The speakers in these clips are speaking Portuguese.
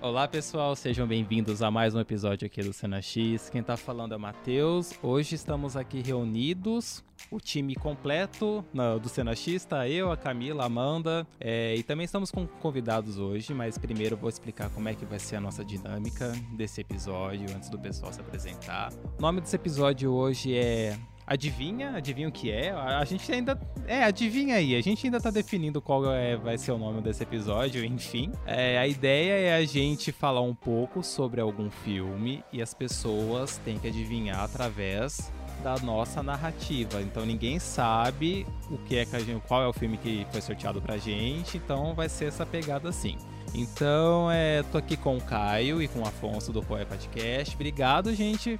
Olá pessoal, sejam bem-vindos a mais um episódio aqui do Cena X. Quem tá falando é o Matheus. Hoje estamos aqui reunidos, o time completo na- do Cena X, tá eu, a Camila, a Amanda. é, e também estamos com convidados hoje, mas primeiro eu vou explicar como é que vai ser a nossa dinâmica desse episódio, antes do pessoal se apresentar. O nome desse episódio hoje é. Adivinha? Adivinha o que é? A a gente ainda é, adivinha aí, a gente ainda tá definindo qual é, vai ser o nome desse episódio, enfim. É, a ideia é a gente falar um pouco sobre algum filme e as pessoas têm que adivinhar através da nossa narrativa. Então ninguém sabe o que é que a gente, qual é o filme que foi sorteado pra gente, então vai ser essa pegada assim. Então, é, tô aqui com o Caio e com o Afonso do Poé Podcast. Obrigado, gente.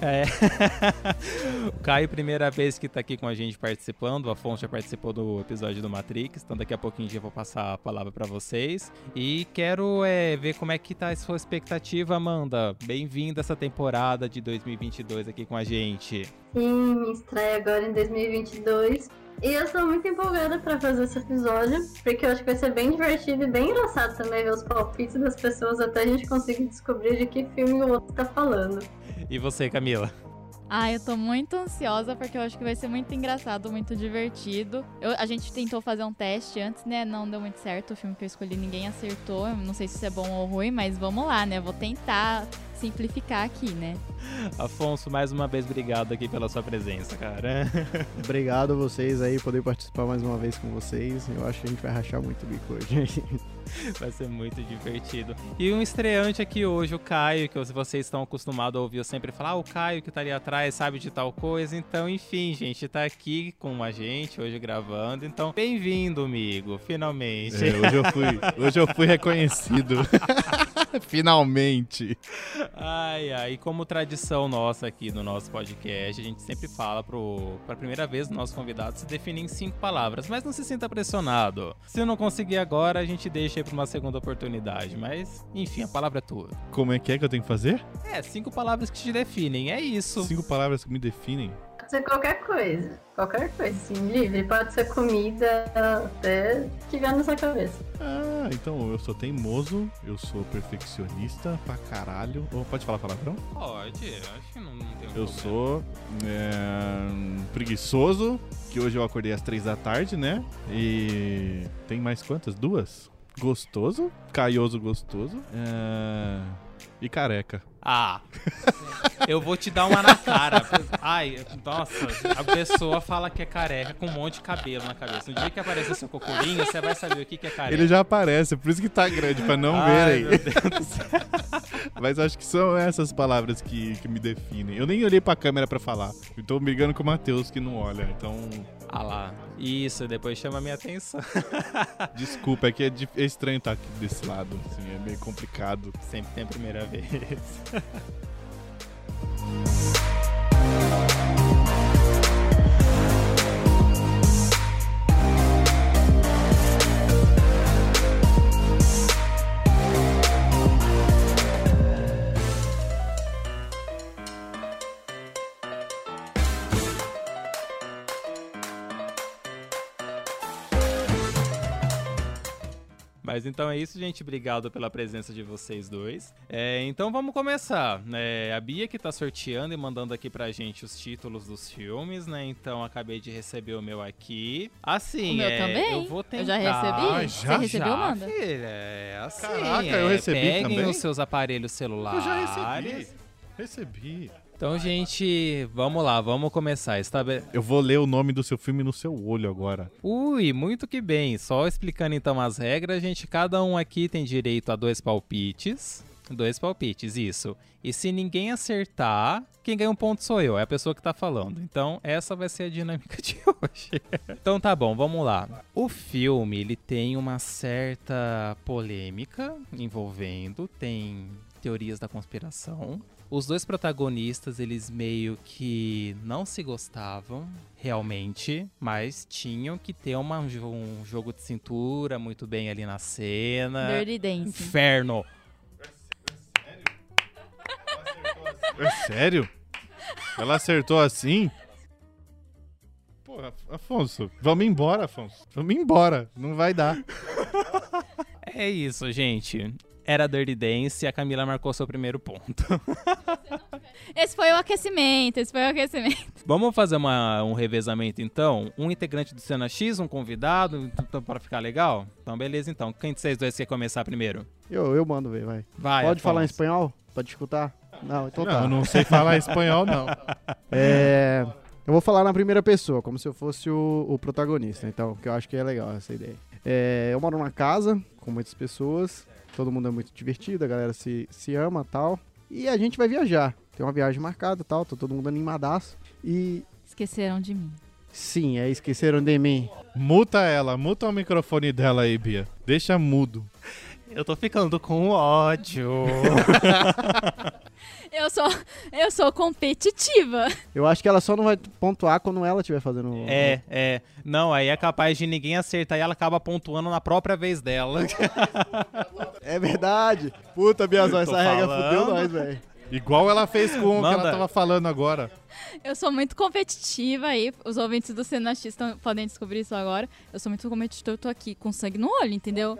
É. o Caio, primeira vez que tá aqui com a gente participando. O Afonso já participou do episódio do Matrix. Então, daqui a pouquinho eu vou passar a palavra para vocês. E quero é, ver como é que tá a sua expectativa, Amanda. Bem-vinda essa temporada de 2022 aqui com a gente. Sim, estreia agora em 2022. E eu sou muito empolgada pra fazer esse episódio, porque eu acho que vai ser bem divertido e bem engraçado também ver os palpites das pessoas até a gente conseguir descobrir de que filme o outro tá falando. E você, Camila? Ah, eu tô muito ansiosa porque eu acho que vai ser muito engraçado, muito divertido. Eu- a gente tentou fazer um teste antes, né? Não deu muito certo. O filme que eu escolhi ninguém acertou. Eu não sei se isso é bom ou ruim, mas vamos lá, né? Vou tentar simplificar aqui, né? Afonso, mais uma vez, obrigado aqui pela sua presença, cara. Obrigado a vocês aí, poder participar mais uma vez com vocês. Eu acho que a gente vai rachar muito o bico hoje. Vai ser muito divertido. E um estreante aqui hoje, o Caio, que se vocês estão acostumados a ouvir eu sempre falar, ah, o Caio que tá ali atrás sabe de tal coisa. Então, enfim, gente, tá aqui com a gente hoje gravando. Então, bem-vindo, amigo, finalmente. É, hoje, eu fui, hoje eu fui reconhecido. Finalmente. Ai, ai, como tradição nossa aqui no nosso podcast, a gente sempre fala pro, pra primeira vez do nosso convidado se definir em cinco palavras, mas não se sinta pressionado. Se não conseguir agora, a gente deixa aí pra uma segunda oportunidade, mas enfim, a palavra é tua. Como é que é que eu tenho que fazer? É, cinco palavras que te definem, é isso. Cinco palavras que me definem. Pode ser qualquer coisa, qualquer coisa, assim, livre. Pode ser comida, até o que vier na sua cabeça. Ah, então eu sou teimoso, eu sou perfeccionista pra caralho. Ô, pode falar palavrão? Pode, acho que não, não tem um Eu problema. sou é, preguiçoso, que hoje eu acordei às três da tarde, né? E tem mais quantas? Duas? Gostoso, caioso gostoso é, e careca. Ah, eu vou te dar uma na cara. Ai, nossa, a pessoa fala que é careca com um monte de cabelo na cabeça. No dia que aparecer seu cocurinho, você vai saber o que que é careca. Ele já aparece, por isso que tá grande, pra não Ai, verem. meu Deus do céu. Mas acho que são essas palavras que, que me definem. Eu nem olhei pra câmera pra falar. Eu tô brigando com o Matheus, que não olha. Então, Ah lá, isso, depois chama a minha atenção. desculpa, é que é, di- é estranho estar aqui desse lado. Assim, é meio complicado. Sempre tem a primeira vez. Mas então é isso, gente. Obrigado pela presença de vocês dois. É, então vamos começar. né? a Bia que tá sorteando e mandando aqui pra gente os títulos dos filmes, né? Então acabei de receber o meu aqui. Assim, O meu é, também? eu vou tentar. Eu já recebi. Ah, Você já, recebeu, já, Amanda? filha, é assim. Caraca, é, eu recebi peguem também? os seus aparelhos celulares. Eu já recebi. Recebi. Então, gente, vamos lá, vamos começar. Estabe... Eu vou ler o nome do seu filme no seu olho agora. Ui, muito que bem. Só explicando então as regras, gente, cada um aqui tem direito a dois palpites. Dois palpites, isso. E se ninguém acertar, quem ganha um ponto sou eu, é a pessoa que tá falando. Então, essa vai ser a dinâmica de hoje. então tá bom, vamos lá. O filme, ele tem uma certa polêmica envolvendo, tem teorias da conspiração. Os dois protagonistas, eles meio que não se gostavam, realmente, mas tinham que ter uma- um jogo de cintura muito bem ali na cena. Dirty Dancing. Inferno! É sério? Ela acertou assim? Pô, Af- Afonso, vamos embora, Afonso. Vamos embora. Não vai dar. É isso, gente. era Dirty Dance e a Camila marcou seu primeiro ponto. Esse foi o aquecimento, esse foi o aquecimento. Vamos fazer uma- um revezamento então? Um integrante do Cena X, um convidado, então, para ficar legal? Então, beleza então. Quem de vocês dois quer começar primeiro? Eu, eu mando ver, vai. Vai. Pode falar em Afonso. espanhol? Pode escutar? Não, então Ah, é, Não, tá. eu não sei falar espanhol, não. É, eu vou falar na primeira pessoa, como se eu fosse o, o protagonista, então, que eu acho que é legal essa ideia. É, eu moro numa casa com muitas pessoas, todo mundo é muito divertido, a galera se, se ama tal. E a gente vai viajar. Tem uma viagem marcada tal, tá todo mundo animadaço. E Esqueceram de mim. sim, é esqueceram de mim. Muta ela, muta o microfone dela aí, Bia. Deixa mudo. Eu tô ficando com ódio. Eu sou, eu sou competitiva. Eu acho que ela só não vai pontuar quando ela estiver fazendo. o- é, é. Não, aí é capaz de ninguém acertar e ela acaba pontuando na própria vez dela. É verdade. Puta, Biazão, Tô essa regra falando. fudeu nós, velho. Igual ela fez com o que ela Manda. tava falando agora. Eu sou muito competitiva aí. Os ouvintes do Cena X tão- podem descobrir isso agora. Eu sou muito competitiva, eu tô aqui com sangue no olho, entendeu?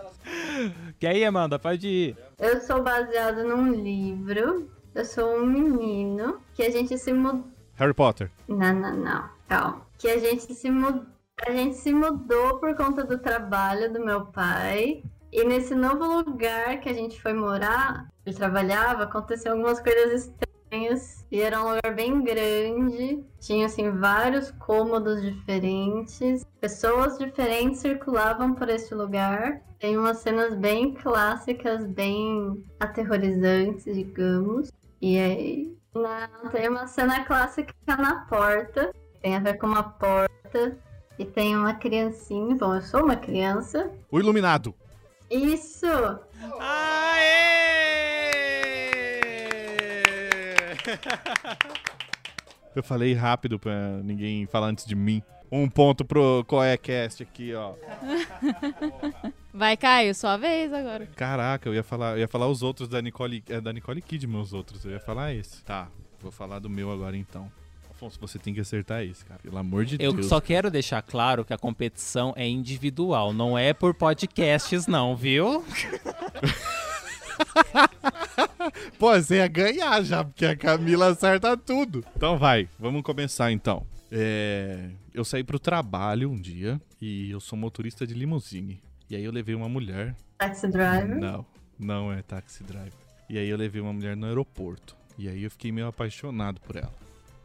que aí, Amanda, pode ir. Eu sou baseada num livro. Eu sou um menino que a gente se mudou. Harry Potter. Não, não, não. Calma. Que a gente se mudou. A gente se mudou por conta do trabalho do meu pai. E nesse novo lugar que a gente foi morar, ele trabalhava, aconteceu algumas coisas estranhas. E era um lugar bem grande. Tinha, assim, vários cômodos diferentes. Pessoas diferentes circulavam por esse lugar. Tem umas cenas bem clássicas, bem aterrorizantes, digamos. E aí, não, tem uma cena clássica tá na porta. Tem a ver com uma porta. E tem uma criancinha. Bom, eu sou uma criança. O Iluminado. Isso! É. Aê! Eu falei rápido pra ninguém falar antes de mim. Um ponto pro Coecast aqui, ó. Vai, Caio, sua vez agora. Caraca, eu ia falar, eu ia falar os outros da Nicole, é, da Nicole Kidman, os outros. Eu ia falar esse. Tá, vou falar do meu agora então. Afonso, você tem que acertar esse, cara. Pelo amor de Eu Deus. só quero deixar claro que a competição é individual, não é por podcasts, não, viu? Pô, você ia ganhar já, porque a Camila acerta tudo. Então vai, vamos começar então. É, eu saí pro trabalho um dia e eu sou motorista de limusine. E aí eu levei uma mulher. Taxi Driver. Não, não é taxi driver. E aí eu levei uma mulher no aeroporto. E aí eu fiquei meio apaixonado por ela.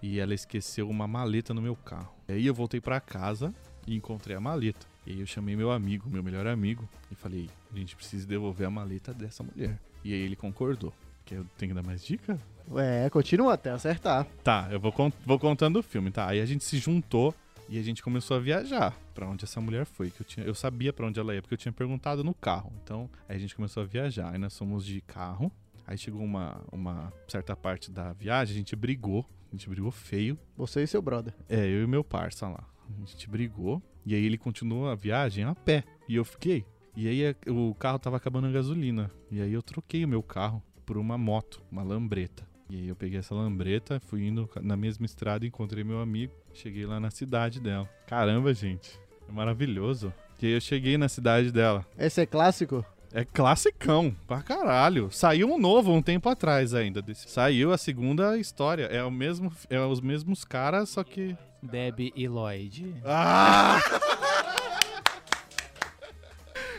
E ela esqueceu uma maleta no meu carro. E aí eu voltei pra casa e encontrei a maleta. E aí eu chamei meu amigo, meu melhor amigo, e falei: a gente precisa devolver a maleta dessa mulher. E aí ele concordou. Quer eu tenho que dar mais dica? É, continua até acertar. Tá, eu vou, con- vou contando o filme, tá? Aí a gente se juntou e a gente começou a viajar pra onde essa mulher foi. Que eu, tinha, eu sabia pra onde ela ia, porque eu tinha perguntado no carro. Então, aí a gente começou a viajar. Aí nós fomos de carro. Aí chegou uma, uma certa parte da viagem, a gente brigou. A gente brigou feio. Você e seu brother. É, eu e meu parça lá. A gente brigou. E aí ele continuou a viagem a pé. E eu fiquei. E aí a- o carro tava acabando a gasolina. E aí eu troquei o meu carro por uma moto, uma lambreta. E aí eu peguei essa lambreta, fui indo ca- na mesma estrada, encontrei meu amigo. Cheguei lá na cidade dela. Caramba, gente. É maravilhoso. E aí eu cheguei na cidade dela. Esse é clássico? É classicão, pra caralho. Saiu um novo um tempo atrás ainda. desse- Saiu a segunda história. É, o mesmo, é os mesmos caras, só que Deb e Lloyd. ah!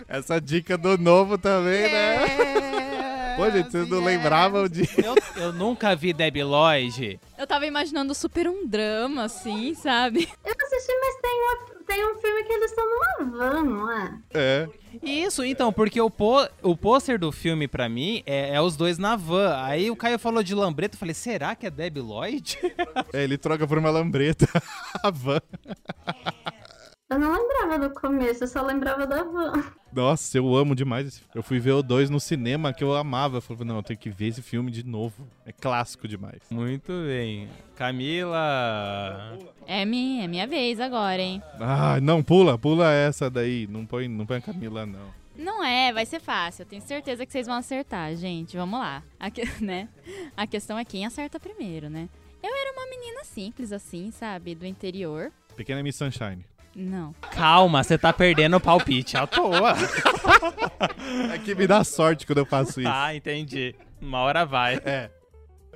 Essa dica do novo também, É, né? Pô, gente, vocês não lembravam de. Eu, eu nunca vi Deb e Lloyd. Eu tava imaginando super um drama, assim, sabe? Eu assisti, mas tem, uma- tem um filme que eles estão numa van, não é? É. Isso, então, porque o, pô, o pôster do filme pra mim é, é os dois na van. Aí o Caio falou de Lambreta, eu falei, será que é Deb e Lloyd? É, ele troca por uma lambreta. A van. Eu não lembrava do começo, eu só lembrava da van. Nossa, eu amo demais esse filme. Eu fui ver o 2 no cinema que eu amava. Eu falei, não, eu tenho que ver esse filme de novo. É clássico demais. Muito bem. Camila. É minha, é minha vez agora, hein? Ah, não, pula, pula essa daí. Não põe, não põe a Camila, não. Não é, vai ser fácil. Eu tenho certeza que vocês vão acertar, gente. Vamos lá. A, que- né? a questão é quem acerta primeiro, né? Eu era uma menina simples, assim, sabe? Do interior. Pequena Miss Sunshine. Não. Calma, você tá perdendo o palpite tá. à toa. É que me dá sorte quando eu faço isso. Tá, entendi. Uma hora vai. É.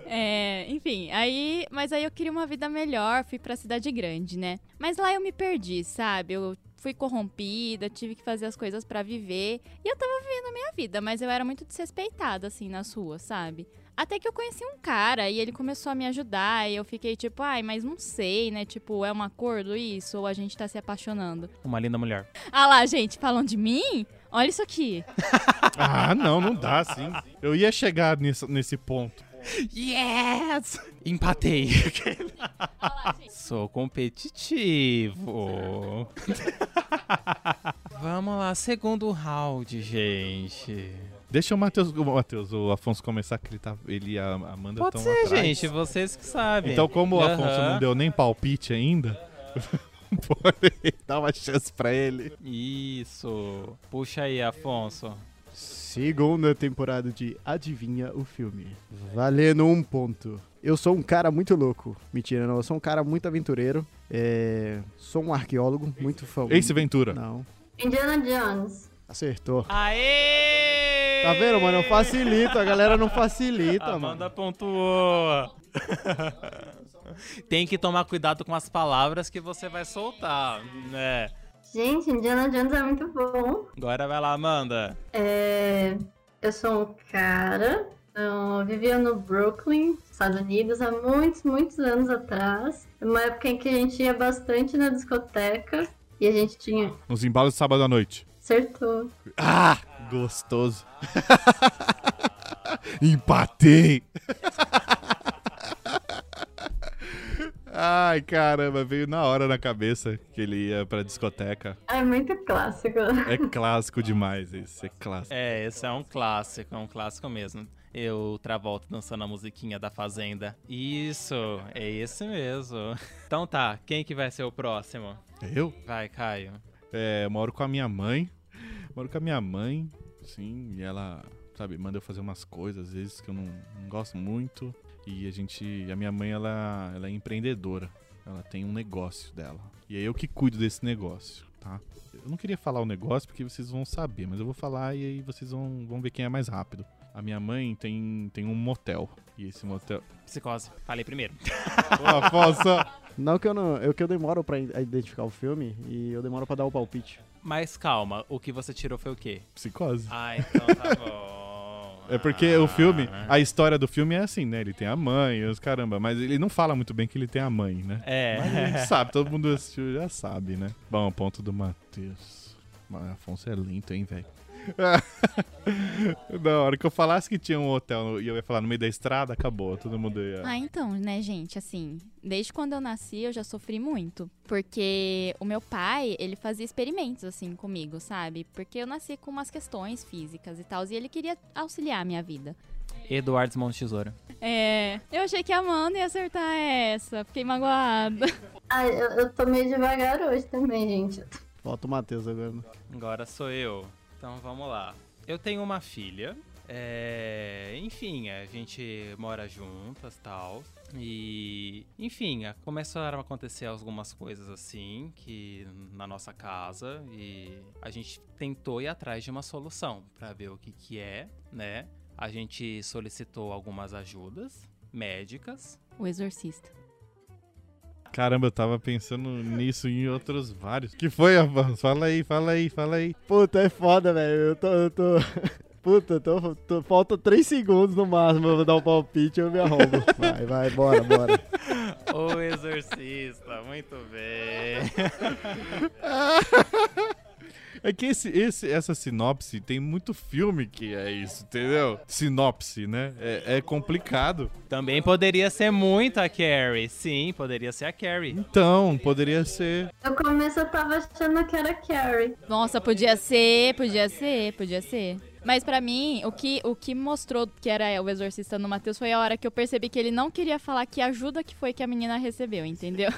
É, enfim, aí. Mas aí eu queria uma vida melhor, fui pra cidade grande, né? Mas lá eu me perdi, sabe? Eu fui corrompida, tive que fazer as coisas pra viver. E eu tava vivendo a minha vida, mas eu era muito desrespeitada, assim, nas ruas, sabe? Até que eu conheci um cara e ele começou a me ajudar. E eu fiquei tipo, ai, mas não sei, né? Tipo, é um acordo isso? Ou a gente tá se apaixonando? Uma linda mulher. Ah lá, gente, falam de mim? Olha isso aqui. Ah, não, não dá, sim. Eu ia chegar nisso- nesse ponto. Yes! Empatei. Olha lá, gente. Sou competitivo. Vamos lá, segundo round, gente. Deixa o Matheus, o, Matheus, o Afonso começar que ele, tá, ele e a Amanda Pode estão ser, atrás. gente, vocês que sabem. Então, como o Aham. Afonso não deu nem palpite ainda, pode dar uma chance pra ele. Isso. Puxa aí, Afonso. Segunda temporada de Adivinha o Filme. Valendo um ponto. Eu sou um cara muito louco. Mentira, não. Eu sou um cara muito aventureiro. É... Sou um arqueólogo muito famoso. Ace Ventura. Não. Indiana Jones. Acertou. Aê! Tá vendo, mano? Eu facilito. A galera não facilita, Amanda mano. pontuou. Tem que tomar cuidado com as palavras que você vai soltar, né? Gente, Indiana Jones é muito bom. Agora vai lá, Amanda. É, eu sou um cara. então, Eu vivia no Brooklyn, Estados Unidos, há muitos, muitos anos atrás. Uma época em que a gente ia bastante na discoteca e a gente tinha. Nos embalos de sábado à noite. Acertou. Ah, gostoso. Empatei. Ai, caramba, veio na hora na cabeça que ele ia pra discoteca. Ah, É muito clássico. É clássico demais esse, é clássico. É, esse é um clássico, é um clássico mesmo. Eu Travolta dançando a musiquinha da Fazenda. Isso, é esse mesmo. Então tá, quem que vai ser o próximo? Eu? Vai, Caio. É, eu moro com a minha mãe. Moro com a minha mãe, sim, e ela, sabe, manda eu fazer umas coisas às vezes que eu não, não gosto muito. E a gente, a minha mãe, ela, ela é empreendedora. Ela tem um negócio dela. E é eu que cuido desse negócio, tá? Eu não queria falar o negócio porque vocês vão saber, mas eu vou falar e aí vocês vão, vão ver quem é mais rápido. A minha mãe tem, tem um motel. E esse motel. Psicose, falei primeiro. Ô, Afonso! Não que eu não. Eu que eu demoro pra in- identificar o filme e eu demoro pra dar o palpite. Mas calma, o que você tirou foi o quê? Psicose. Ah, então tá bom. Ah. É porque o filme, né? a história do filme é assim, né? Ele tem a mãe, os caramba, mas ele não fala muito bem que ele tem a mãe, né? É. A gente sabe, todo mundo assistiu já sabe, né? Bom, ponto do Matheus. Mas Afonso é lento, hein, velho? Na hora que eu falasse que tinha um hotel e eu ia falar no meio da estrada, acabou, todo mundo ia. Ah, então, né, gente, assim, desde quando eu nasci eu já sofri muito, porque o meu pai, ele fazia experimentos assim comigo, sabe? Porque eu nasci com umas questões físicas e tal, e ele queria auxiliar a minha vida. Eduardo Mão de Tesoura. É, eu achei que a Amanda ia acertar essa, fiquei magoada. Ah, eu, eu tô meio devagar hoje também, gente. Falta o Matheus agora. né? Agora sou eu. Então vamos lá. Eu tenho uma filha. é, Enfim, a gente mora juntas tal. E. Enfim, a- começaram a acontecer algumas coisas assim que na nossa casa. E a gente tentou ir atrás de uma solução pra ver o que, que é, né? A gente solicitou algumas ajudas médicas. O exorcista. Caramba, eu tava pensando nisso e em outros vários. Que foi, Afonso? Fala aí, fala aí, fala aí. Puta, é foda, velho. Eu tô. Eu tô... Puta, eu tô, tô- falta 3 segundos no máximo pra eu dar o palpite e eu me arrombo. Vai, vai, bora, bora. O exorcista, muito bem. É que esse, esse- essa sinopse tem muito filme que é isso, entendeu? Sinopse, né? É, é complicado. Também poderia ser muito a Carrie. Sim, poderia ser a Carrie. Então, poderia ser. No começo eu tava achando que era Carrie. Nossa, podia ser, podia ser, podia ser. Mas pra mim, o que, o que mostrou que era o exorcista no Matheus foi a hora que eu percebi que ele não queria falar que ajuda que foi que a menina recebeu, entendeu?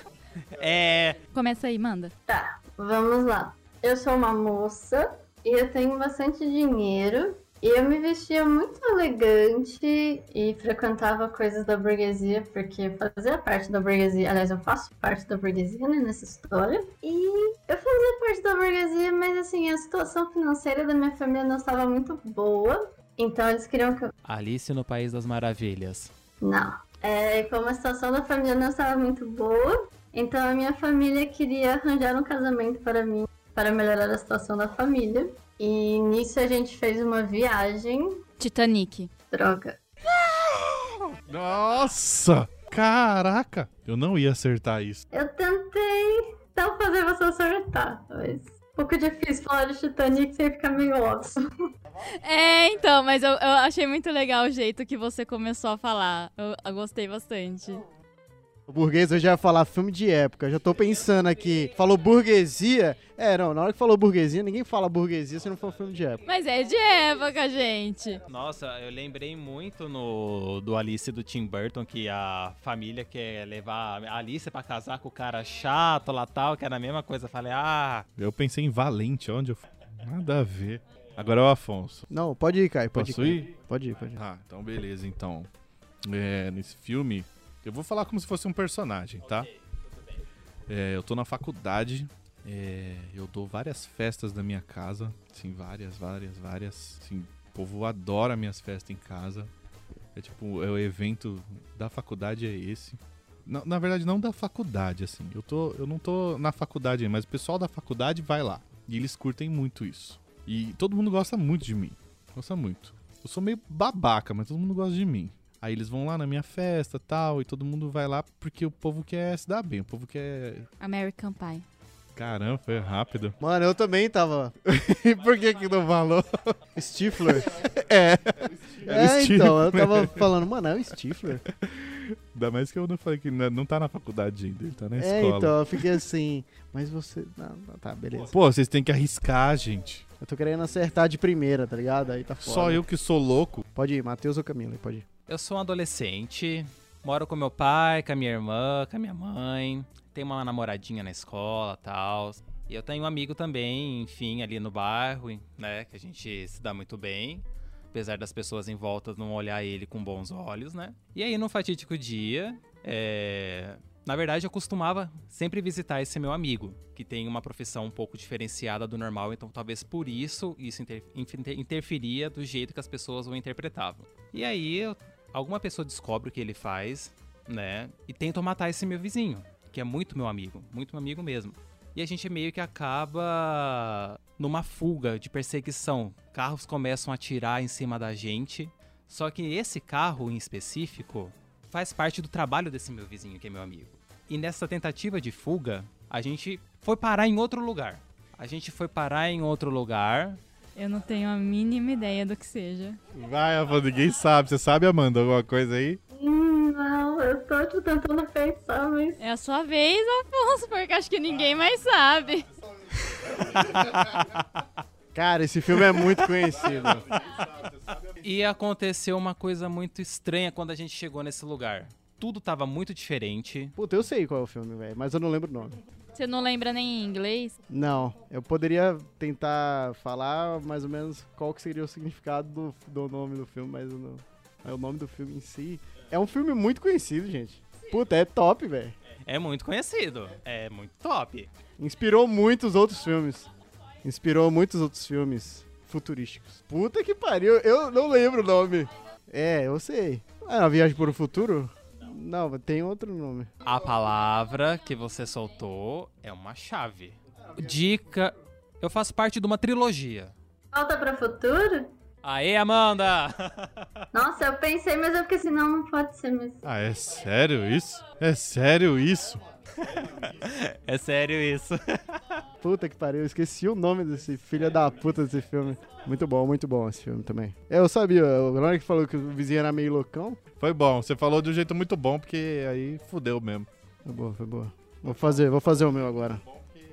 É. Começa aí, manda. Tá, vamos lá. Eu sou uma moça e eu tenho bastante dinheiro E eu me vestia muito elegante e frequentava coisas da burguesia, porque eu fazia parte da burguesia. Aliás, eu faço parte da burguesia, né, nessa história. E eu fazia parte da burguesia, mas assim, a situação financeira da minha família não estava muito boa. Então eles queriam que eu. Alice no País das Maravilhas. Não. É, como a situação da família não estava muito boa, então a minha família queria arranjar um casamento para mim, para melhorar a situação da família. E nisso a gente fez uma viagem. Titanic. Droga. Nossa! Caraca! Eu não ia acertar isso. Eu tentei não fazer você acertar, mas. Um pouco difícil falar de Titanic sem ficar meio óbvio. É, então, mas eu, eu achei muito legal o jeito que você começou a falar. Eu, eu gostei bastante. O burguês eu já ia falar filme de época, já tô pensando aqui. Falou burguesia? É, não, na hora que falou burguesia, ninguém fala burguesia se não for filme de época. Mas é de época, gente. Nossa, eu lembrei muito no, do Alice do Tim Burton, que a família quer levar a Alice pra casar com o cara chato lá tal, que era a mesma coisa. Eu Falei, ah, Eu pensei em Valente, onde eu. Nada a ver. Agora é o Afonso. Não, pode ir, Caio, pode Posso ir. ir? Pode ir, pode ir. Tá, então beleza, então. É, nesse filme, eu vou falar como se fosse um personagem, tá? É, eu tô na faculdade, é, eu dou várias festas na minha casa, assim, várias, várias, várias. Assim, o povo adora minhas festas em casa. É tipo, é o evento da faculdade é esse. Na, na verdade, não da faculdade, assim. Eu, tô, eu não tô na faculdade ainda, mas o pessoal da faculdade vai lá. E eles curtem muito isso. E todo mundo gosta muito de mim. Gosta muito. Eu sou meio babaca, mas todo mundo gosta de mim. Aí eles vão lá na minha festa tal, e todo mundo vai lá porque o povo quer se dar bem. O povo quer. American Pie. Caramba, foi rápido. Mano, eu também tava. E por que que não falou? Stifler. É. É, Stifler. então, eu tava falando, mano, é o Stifler. Ainda mais que eu não falei que ainda não tá na faculdade ainda, ele tá na É, escola. então, eu fiquei assim, mas você. Não, não, tá, beleza. Pô, vocês têm que arriscar, gente. Eu tô querendo acertar de primeira, tá ligado? Aí tá foda. Só eu que sou louco. Pode ir, Matheus ou Camila, pode ir. eu sou um adolescente, moro com meu pai, com a minha irmã, com a minha mãe, tenho uma namoradinha na escola tal. E eu tenho um amigo também, enfim, ali no bairro, né, que a gente se dá muito bem. Apesar das pessoas em volta não olhar ele com bons olhos, né? E aí, num fatídico dia, é, na verdade, eu costumava sempre visitar esse meu amigo, que tem uma profissão um pouco diferenciada do normal, então talvez por isso isso inter- inter- interferia do jeito que as pessoas o interpretavam. E aí, eu alguma pessoa descobre o que ele faz, né? E tenta matar esse meu vizinho, que é muito meu amigo, muito meu amigo mesmo. E a gente meio que acaba numa fuga de perseguição. Carros começam a atirar em cima da gente. Só que esse carro em específico faz parte do trabalho desse meu vizinho, que é meu amigo. E nessa tentativa de fuga, a gente foi parar em outro lugar. A gente foi parar em outro lugar. Eu não tenho a mínima ideia do que seja. Vai, Afonso, ninguém sabe. Você sabe, Amanda, alguma coisa aí? Hum, não, eu tô tipo, tentando pensar, mas. É a sua vez, Afonso, porque acho que ninguém mais sabe. Cara, esse filme é muito conhecido. E aconteceu uma coisa muito estranha quando a gente chegou nesse lugar. Tudo tava muito diferente. Puta, eu sei qual é o filme, velho, mas eu não lembro o nome. Você não lembra nem em inglês? Não, eu poderia tentar falar mais ou menos qual que seria o significado do, do nome do filme, mas eu não. É o nome do filme em si. É um filme muito conhecido, gente. Puta, é top, velho. É muito conhecido. É muito top. Inspirou muitos outros filmes. Inspirou muitos outros filmes futurísticos. Puta que pariu, eu não lembro o nome. É, eu sei. Ah, a Viagem para o Futuro? Não, mas tem outro nome. A palavra que você soltou é uma chave. Dica: eu faço parte de uma trilogia. Volta pra futuro? Aê, Amanda! Nossa, eu pensei, mas eu fiquei assim, não, não pode ser, mas. Ah, é sério isso? É sério isso? é sério isso. Puta que pariu, eu esqueci o nome desse filho da puta desse filme. Muito bom, muito bom esse filme também. É, Eu sabia, o hora que falou que o vizinho era meio loucão. Foi bom, você falou de um jeito muito bom, porque aí fudeu mesmo. Foi boa, foi boa. Vou fazer, vou fazer o meu agora.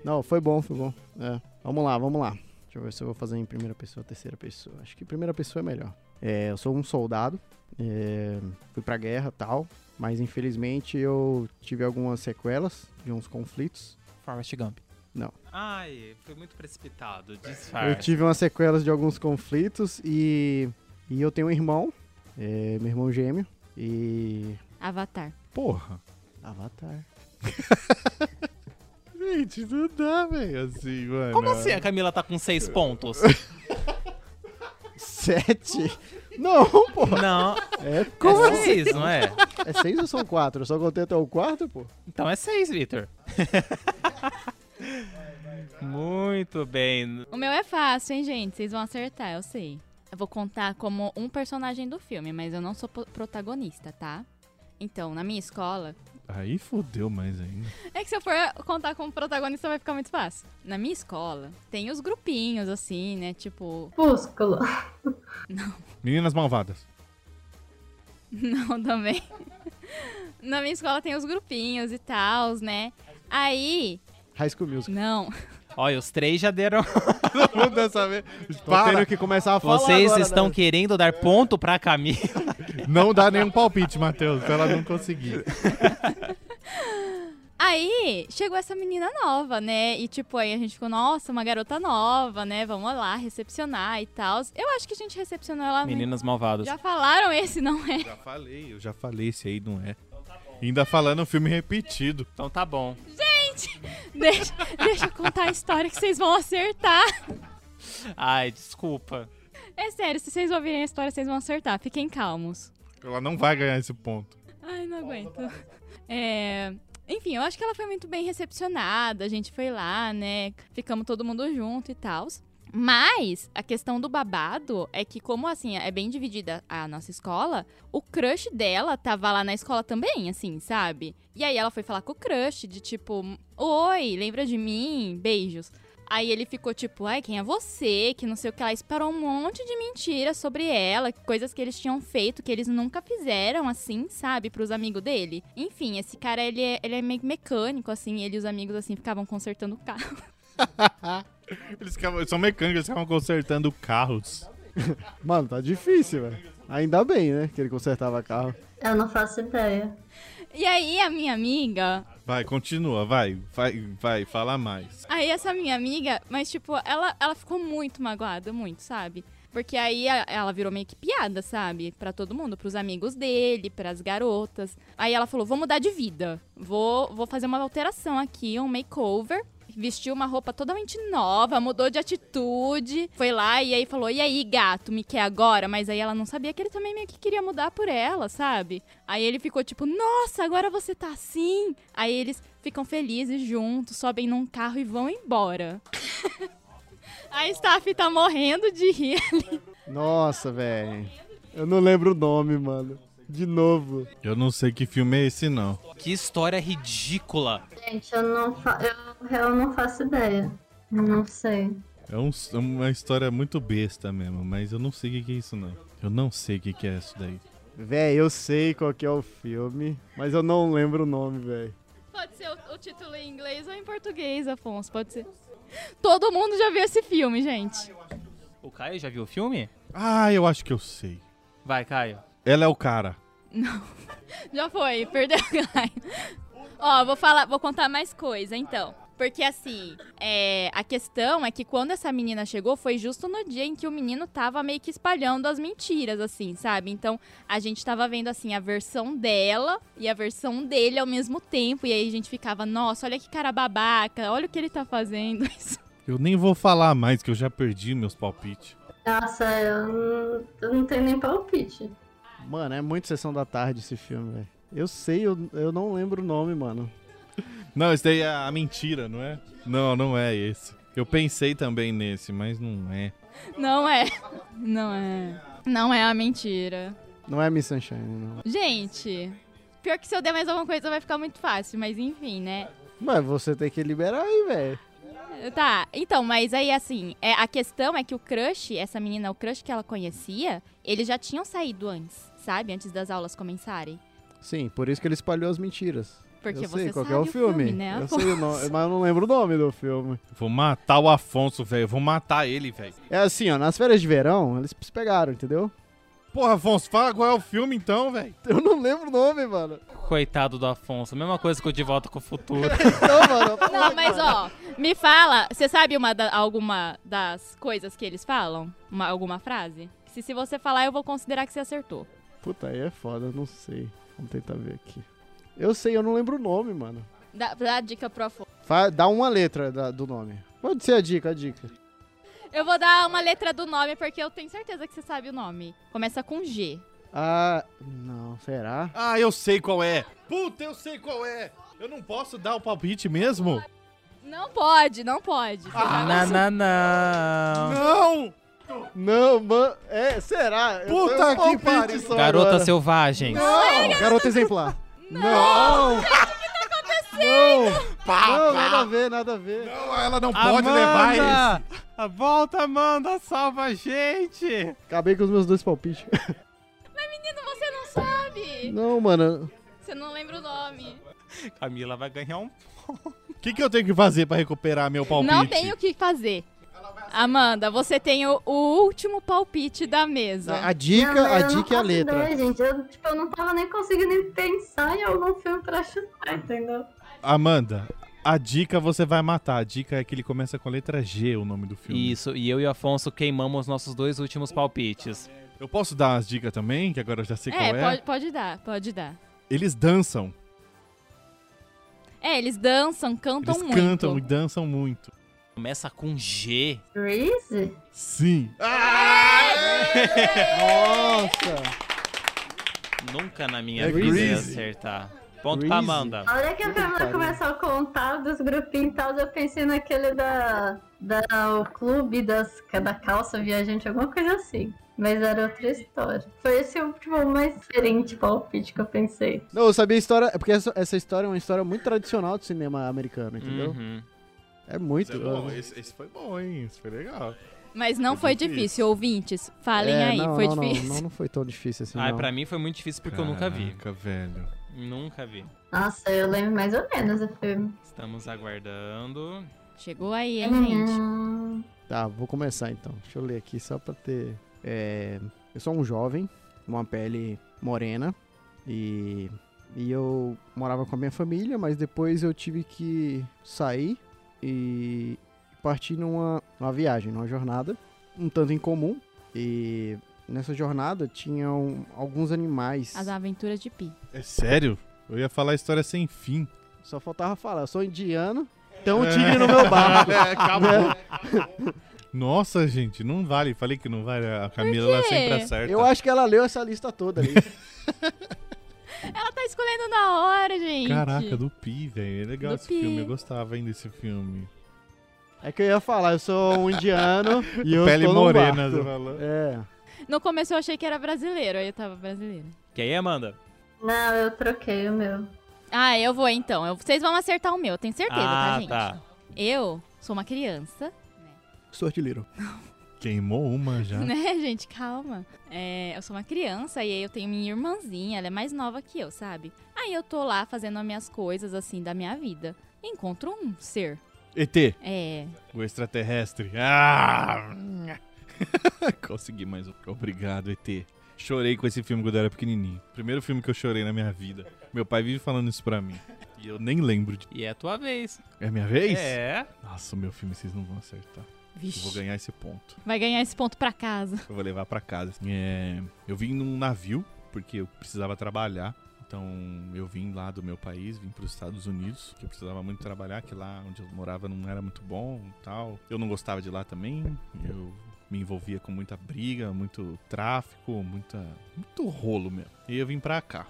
Não, foi bom, foi bom. É. Vamos lá, vamos lá. Deixa eu ver se eu vou fazer em primeira pessoa ou terceira pessoa. Acho que primeira pessoa é melhor. É, eu sou um soldado. é, fui pra guerra tal. Mas infelizmente eu tive algumas sequelas de uns conflitos. Forrest Gump. Não. Ai, foi muito precipitado. Eu Disfarce. tive umas sequelas de alguns conflitos e, e eu tenho um irmão, é, meu irmão gêmeo, e. Avatar. Porra. Avatar. Gente, não dá, velho, assim, mano. Como assim a Camila tá com seis pontos? Sete? Não, pô! Não, É, Como é, é seis, não é? é seis ou são quatro? Eu só contei até o quarto, pô. Então é seis, Vitor. Muito bem. O meu é fácil, hein, gente? Vocês vão acertar, eu sei. Eu vou contar como um personagem do filme, mas eu não sou po- protagonista, tá? Então, na minha escola. Aí fodeu mais ainda. É que se eu for contar como protagonista vai ficar muito fácil. Na minha escola, tem os grupinhos, assim, né? Tipo. Púsculo. Meninas malvadas. Não, também. Na minha escola tem os grupinhos e tal, né? Aí. High School Music. Não. Olha, os três já deram. Não dá saber. Tô Para. tendo que começar a falar Vocês agora, estão né? querendo dar ponto pra Camila. Não dá nenhum palpite, Matheus, pra ela não conseguir. Aí chegou essa menina nova, né? E tipo, aí a gente ficou, nossa, uma garota nova, né? Vamos lá, recepcionar e tal. Eu acho que a gente recepcionou ela. muito. Meninas malvadas. Já falaram esse, não é? Já falei, eu já falei, esse aí não é. Ainda falando um filme repetido. Então tá bom. Deixa, deixa eu contar a história que vocês vão acertar. Ai, desculpa. É sério, se vocês ouvirem a história, vocês vão acertar. Fiquem calmos. Ela não vai ganhar esse ponto. Ai, não aguento. É. Enfim, eu acho que ela foi muito bem recepcionada, a gente foi lá, né? Ficamos todo mundo junto e tal. Mas a questão do babado é que, como assim, é bem dividida a nossa escola, o crush dela tava lá na escola também, assim, sabe? E aí ela foi falar com o crush, de tipo, oi, lembra de mim? Beijos. Aí ele ficou tipo, ai, quem é você? Que não sei o que. Ela disparou um monte de mentiras sobre ela, coisas que eles tinham feito, que eles nunca fizeram, assim, sabe? Pros amigos dele. Enfim, esse cara, ele é, ele é meio mecânico, assim. Ele e os amigos, assim, ficavam consertando o carro. Eles ficavam- são mecânicos, eles estavam consertando carros. Mano, tá difícil, velho. Ainda bem, né? Que ele consertava carro. Eu não faço ideia. E aí, a minha amiga, Vai, continua, vai, vai, vai, fala mais. Aí essa minha amiga, mas tipo, ela, ela ficou muito magoada, muito, sabe? Porque aí a- ela virou meio que piada, sabe? Pra todo mundo, pros amigos dele, pras garotas. Aí ela falou: "Vou mudar de vida. Vou vou fazer uma alteração aqui, um makeover". Vestiu uma roupa totalmente nova, mudou de atitude. Foi lá e aí falou: "E aí, gato, me quer agora?". Mas aí ela não sabia que ele também meio que queria mudar por ela, sabe? Aí ele ficou tipo: "Nossa, agora você tá assim". Aí eles ficam felizes juntos, sobem num carro e vão embora. A staff tá morrendo de rir. Nossa, velho. Eu não lembro o nome, mano. De novo. Eu não sei que filme é esse, não. Que história ridícula. Gente, eu não, fa- eu, eu não faço ideia. Não sei. É um- uma história muito besta mesmo, mas eu não sei o que, que é isso, não. Eu não sei o que, que é isso daí. Véi, eu sei qual que é o filme, mas eu não lembro o nome, véi. Pode ser o, o título em inglês ou em português, Afonso, pode ser. Todo mundo já viu esse filme, gente. O Caio já viu o filme? Ah, eu acho que eu sei. Vai, Caio. Ela é o cara. Já foi, perdeu o Caio. Ó, vou falar, vou contar mais coisa, então. Porque assim, é, a questão é que quando essa menina chegou foi justo no dia em que o menino tava meio que espalhando as mentiras, assim, sabe? Então a gente tava vendo assim a versão dela e a versão dele ao mesmo tempo. E aí a gente ficava, nossa, olha que cara babaca, olha o que ele tá fazendo. Eu nem vou falar mais, que eu já perdi meus palpites. Nossa, eu não, eu não tenho nem palpite. Mano, é muito sessão da tarde esse filme, velho. Eu sei, eu, eu não lembro o nome, mano. Não, esse daí é a mentira, não é? Não, não é esse. Eu pensei também nesse, mas não é. Não é. Não é. Não é a mentira. Não é Miss Sunshine, não. Gente, pior que se eu der mais alguma coisa vai ficar muito fácil, mas enfim, né? Mas você tem que liberar aí, velho. Tá, então, mas aí assim, é, a questão é que o crush, essa menina, o crush que ela conhecia, eles já tinham saído antes, sabe? Antes das aulas começarem. Sim, por isso que ele espalhou as mentiras. Porque eu sei você qual que sabe é o o filme. filme, né? Eu sei o nome, mas eu não lembro o nome do filme. Vou matar o Afonso, velho. Vou matar ele, velho. É assim, ó, nas férias de verão, eles se pegaram, entendeu? Porra, Afonso, fala qual é o filme então, velho. Eu não lembro o nome, mano. Coitado do Afonso, mesma coisa que o De Volta com o Futuro. Então, mano. Não, mas ó, me fala, você sabe uma da- alguma das coisas que eles falam? Uma- alguma frase? Se, se você falar, eu vou considerar que você acertou. Puta, aí é foda, não sei. Vamos tentar ver aqui. Eu sei, eu não lembro o nome, mano. Dá, dá dica pro Afonso. Fa- dá uma letra da- do nome. Pode ser a dica, a dica. Eu vou dar uma letra do nome, porque eu tenho certeza que você sabe o nome. Começa com G. Ah, não, será? Ah, eu sei qual é. Puta, eu sei qual é. Eu não posso dar o palpite mesmo? Não pode, não pode. Você já- não, não, não. Não! Não, mano. É, será? Eu Puta tenho um que palpite pariu. só Garota agora. Selvagem. Não! Garota exemplar. Não! O que tá acontecendo? Não, nada a ver, nada a ver. Não, ela não pode levar esse. A volta, Amanda, salva a gente! Acabei com os meus dois palpites. Mas, menino, você não sabe. Não, mano. Você não lembra o nome. Camila vai ganhar um. O que, que eu tenho que fazer pra recuperar meu palpite? Não tem o que fazer. Amanda, você tem o, o último palpite da mesa. A dica, Não, eu a não dica é a faço letra. Ideia, gente. Eu, tipo, eu não tava nem conseguindo nem pensar em algum filme pra chutar, entendeu? Amanda, a dica você vai matar. A dica é que ele começa com a letra G, o nome do filme. Isso, e eu e o Afonso queimamos nossos dois últimos palpites. Eu posso dar as dicas também, que agora eu já sei qual é? pode, pode dar, pode dar. Eles dançam. É, eles dançam, cantam eles muito. cantam e dançam muito. Começa com G. Grease? Sim. Nossa! Nunca na minha É vida eu ia Greasy. acertar. Ponto pra Greasy. Amanda. A hora que a Puta que Camila pariu. começou a contar dos grupinhos e tal, eu pensei naquele da, da o clube das, é da calça viajante, alguma coisa assim. Mas era outra história. Foi esse o tipo, mais diferente palpite que eu pensei. Não, eu sabia a história. É porque essa, essa história é uma história muito tradicional do cinema americano, entendeu? Uhum. É muito. esse, foi bom, hein? Esse foi legal. Mas não Foi foi difícil. difícil, ouvintes. Falem É, aí, não, foi não, não, difícil. Não, não, foi tão difícil assim. Ah, não. pra mim foi muito difícil porque eu nunca vi. Caraca, velho. Nunca vi. Nossa, eu lembro mais ou menos o filme. Estamos aguardando. Chegou aí, hein, gente? Hum, Tá, vou começar então. Deixa eu ler aqui só pra ter. É, eu sou um jovem, uma pele morena, e, e eu morava com a minha família, mas depois eu tive que sair e partir numa, numa viagem, numa jornada, um tanto incomum. E nessa jornada tinham alguns animais. As aventuras de Pi. É sério? Eu ia falar a história sem fim. Só faltava falar, eu sou indiano, então tigre no meu barco. Ah, é, acabou. Nossa, gente, não vale. Falei que não vale. A Camila ela quê? sempre acerta. Eu acho que ela leu essa lista toda ali. Ela tá escolhendo na hora, gente. Caraca, do Pi, velho. É legal Do esse Pi. filme. Eu gostava ainda desse filme. É que eu ia falar, eu sou um indiano e eu Pele tô num morena, você barco. falou. É. No começo eu achei que era brasileiro, aí eu tava brasileiro. Que aí, Amanda? Não, eu troquei o meu. Ah, eu vou então. Eu- vocês vão acertar o meu, eu tenho certeza, tá, ah, gente? tá. Eu sou uma criança, Sou artilheiro. Queimou uma já. né, gente? Calma. É, eu sou uma criança e aí eu tenho minha irmãzinha, ela é mais nova que eu, sabe? Aí eu tô lá fazendo as minhas coisas, assim, da minha vida. Encontro um ser. ET, É. o extraterrestre. Ah! Consegui mais um. Obrigado, ET. Chorei com esse filme quando eu era pequenininho. Primeiro filme que eu chorei na minha vida. Meu pai vive falando isso pra mim. E eu nem lembro de. E é a tua vez. É a minha vez? É. Nossa, meu filme vocês não vão acertar. Eu vou Vixe. ganhar esse ponto. Vai ganhar esse ponto pra casa. Eu vou levar pra casa. É, eu vim num navio, porque eu precisava trabalhar. Então eu vim lá do meu país, vim pros Estados Unidos, que eu precisava muito trabalhar, que lá onde eu morava não era muito bom e tal. Eu não gostava de lá também. Eu me envolvia com muita briga, muito tráfico, muita, muito rolo mesmo. E eu vim pra cá.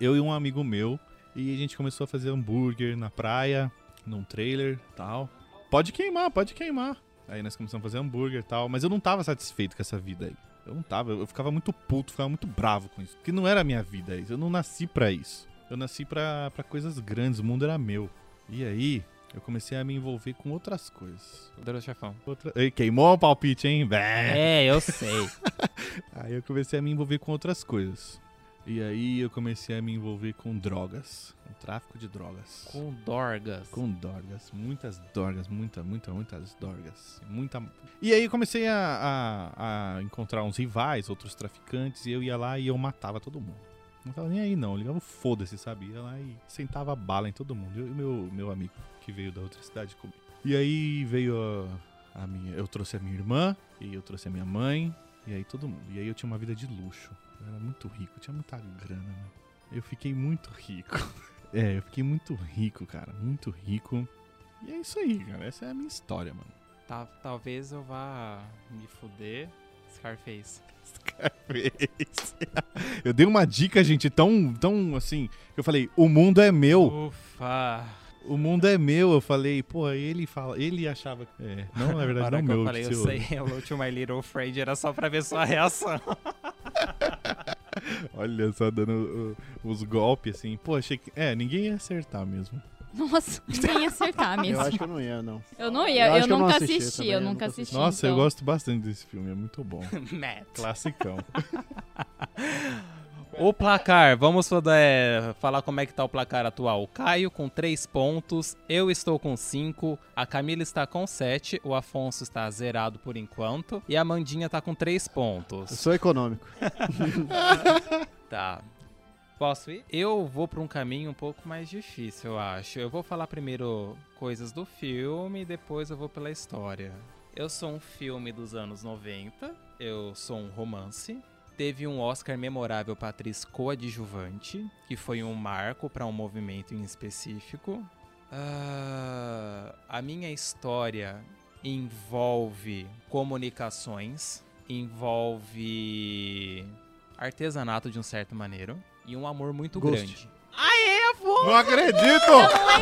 Eu e um amigo meu, e a gente começou a fazer hambúrguer na praia, num trailer e tal. Pode queimar, pode queimar. Aí nós começamos a fazer hambúrguer e tal, mas eu não tava satisfeito com essa vida aí. Eu não tava, eu eu ficava muito puto, ficava muito bravo com isso. Porque não era a minha vida isso, eu não nasci pra isso. Eu nasci pra, pra coisas grandes, o mundo era meu. E aí, eu comecei a me envolver com outras coisas. Poderoso chefão. Outra... Ei, queimou o palpite, hein? Bé. É, eu sei. Aí eu comecei a me envolver com outras coisas. E aí eu comecei a me envolver com drogas, com tráfico de drogas. Com Dorgas. Com dorgas, muitas dorgas, muita, muita, muitas dorgas. Muita... E aí comecei a, a- a encontrar uns rivais, outros traficantes, e eu ia lá e eu matava todo mundo. Não tava nem aí não, eu ligava o foda-se, sabe? Ia lá e sentava bala em todo mundo. Eu e meu, meu amigo, que veio da outra cidade comigo. E aí veio a, a minha... Eu trouxe a minha irmã, e eu trouxe a minha mãe, e aí todo mundo. E aí eu tinha uma vida de luxo. Eu era muito rico, eu tinha muita grana, né? Eu fiquei muito rico. É, eu fiquei muito rico, cara. Muito rico. E é isso aí, cara. Essa é a minha história, mano. Ta- talvez eu vá me fuder. Scarface. eu dei uma dica, gente, tão, tão assim. que Eu falei, o mundo é meu. Ufa! O mundo é meu. Eu falei, pô, ele fala. Ele achava. É, não, na verdade, Agora que não meu. eu falei, eu seu- sei, Hello to My Little Friend era só pra ver sua reação. Olha só, dando uh, os golpes assim. Pô, achei que. É, ninguém ia acertar mesmo. Nossa, ninguém ia acertar Eu mesmo. acho que eu não ia, não. Eu não ia, Eu eu, acho que eu não nunca assisti assisti, também, eu nunca assisti. Nossa, eu então. gosto bastante desse filme. É muito bom. Matt. Classicão. O placar, vamos fa- é, falar como é que tá o placar atual. O Caio com 3 pontos, eu estou com 5, a Camila está com 7, o Afonso está zerado por enquanto e a Mandinha tá com 3 Eu pontos. sou econômico. Tá. Posso ir? Eu vou pra um caminho um pouco mais difícil, eu acho. Eu vou falar primeiro coisas do filme e depois eu vou pela história. Eu sou um filme dos anos 90, eu sou um romance. Teve um Oscar memorável para atriz coadjuvante, que foi um marco para um movimento em específico. Ah, a minha história envolve comunicações, envolve artesanato de um certo maneiro e um amor muito Ghost. grande. Aê, avô! não acredito!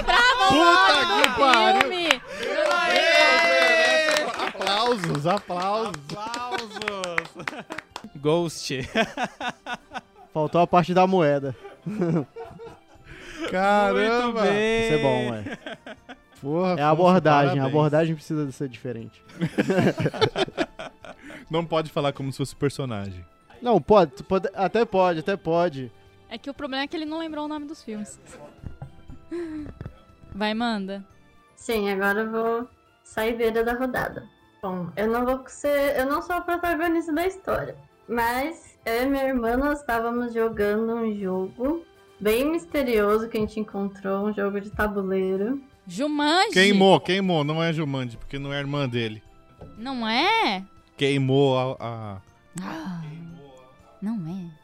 Puta que pariu! Filme! Aplausos, aplausos. Aplausos! Ghost. Faltou a parte da moeda. Caramba! Muito bem. Isso é bom, ué. Porra, É Afonso, a abordagem. A parabéns. abordagem precisa ser diferente. Não pode falar como se fosse personagem. Não, pode, tu pode. Até pode, até pode. É que o problema é que ele não lembrou o nome dos filmes. Vai, manda. Sim, agora eu vou sair beira da rodada. Bom, eu não vou ser. Eu não sou a protagonista da história. Mas eu e minha irmã nós estávamos jogando um jogo bem misterioso que a gente encontrou, um jogo de tabuleiro. Jumanji. Queimou, queimou. Não é Jumanji, porque não é a irmã dele. Não é? Queimou a... a- Ah, não é.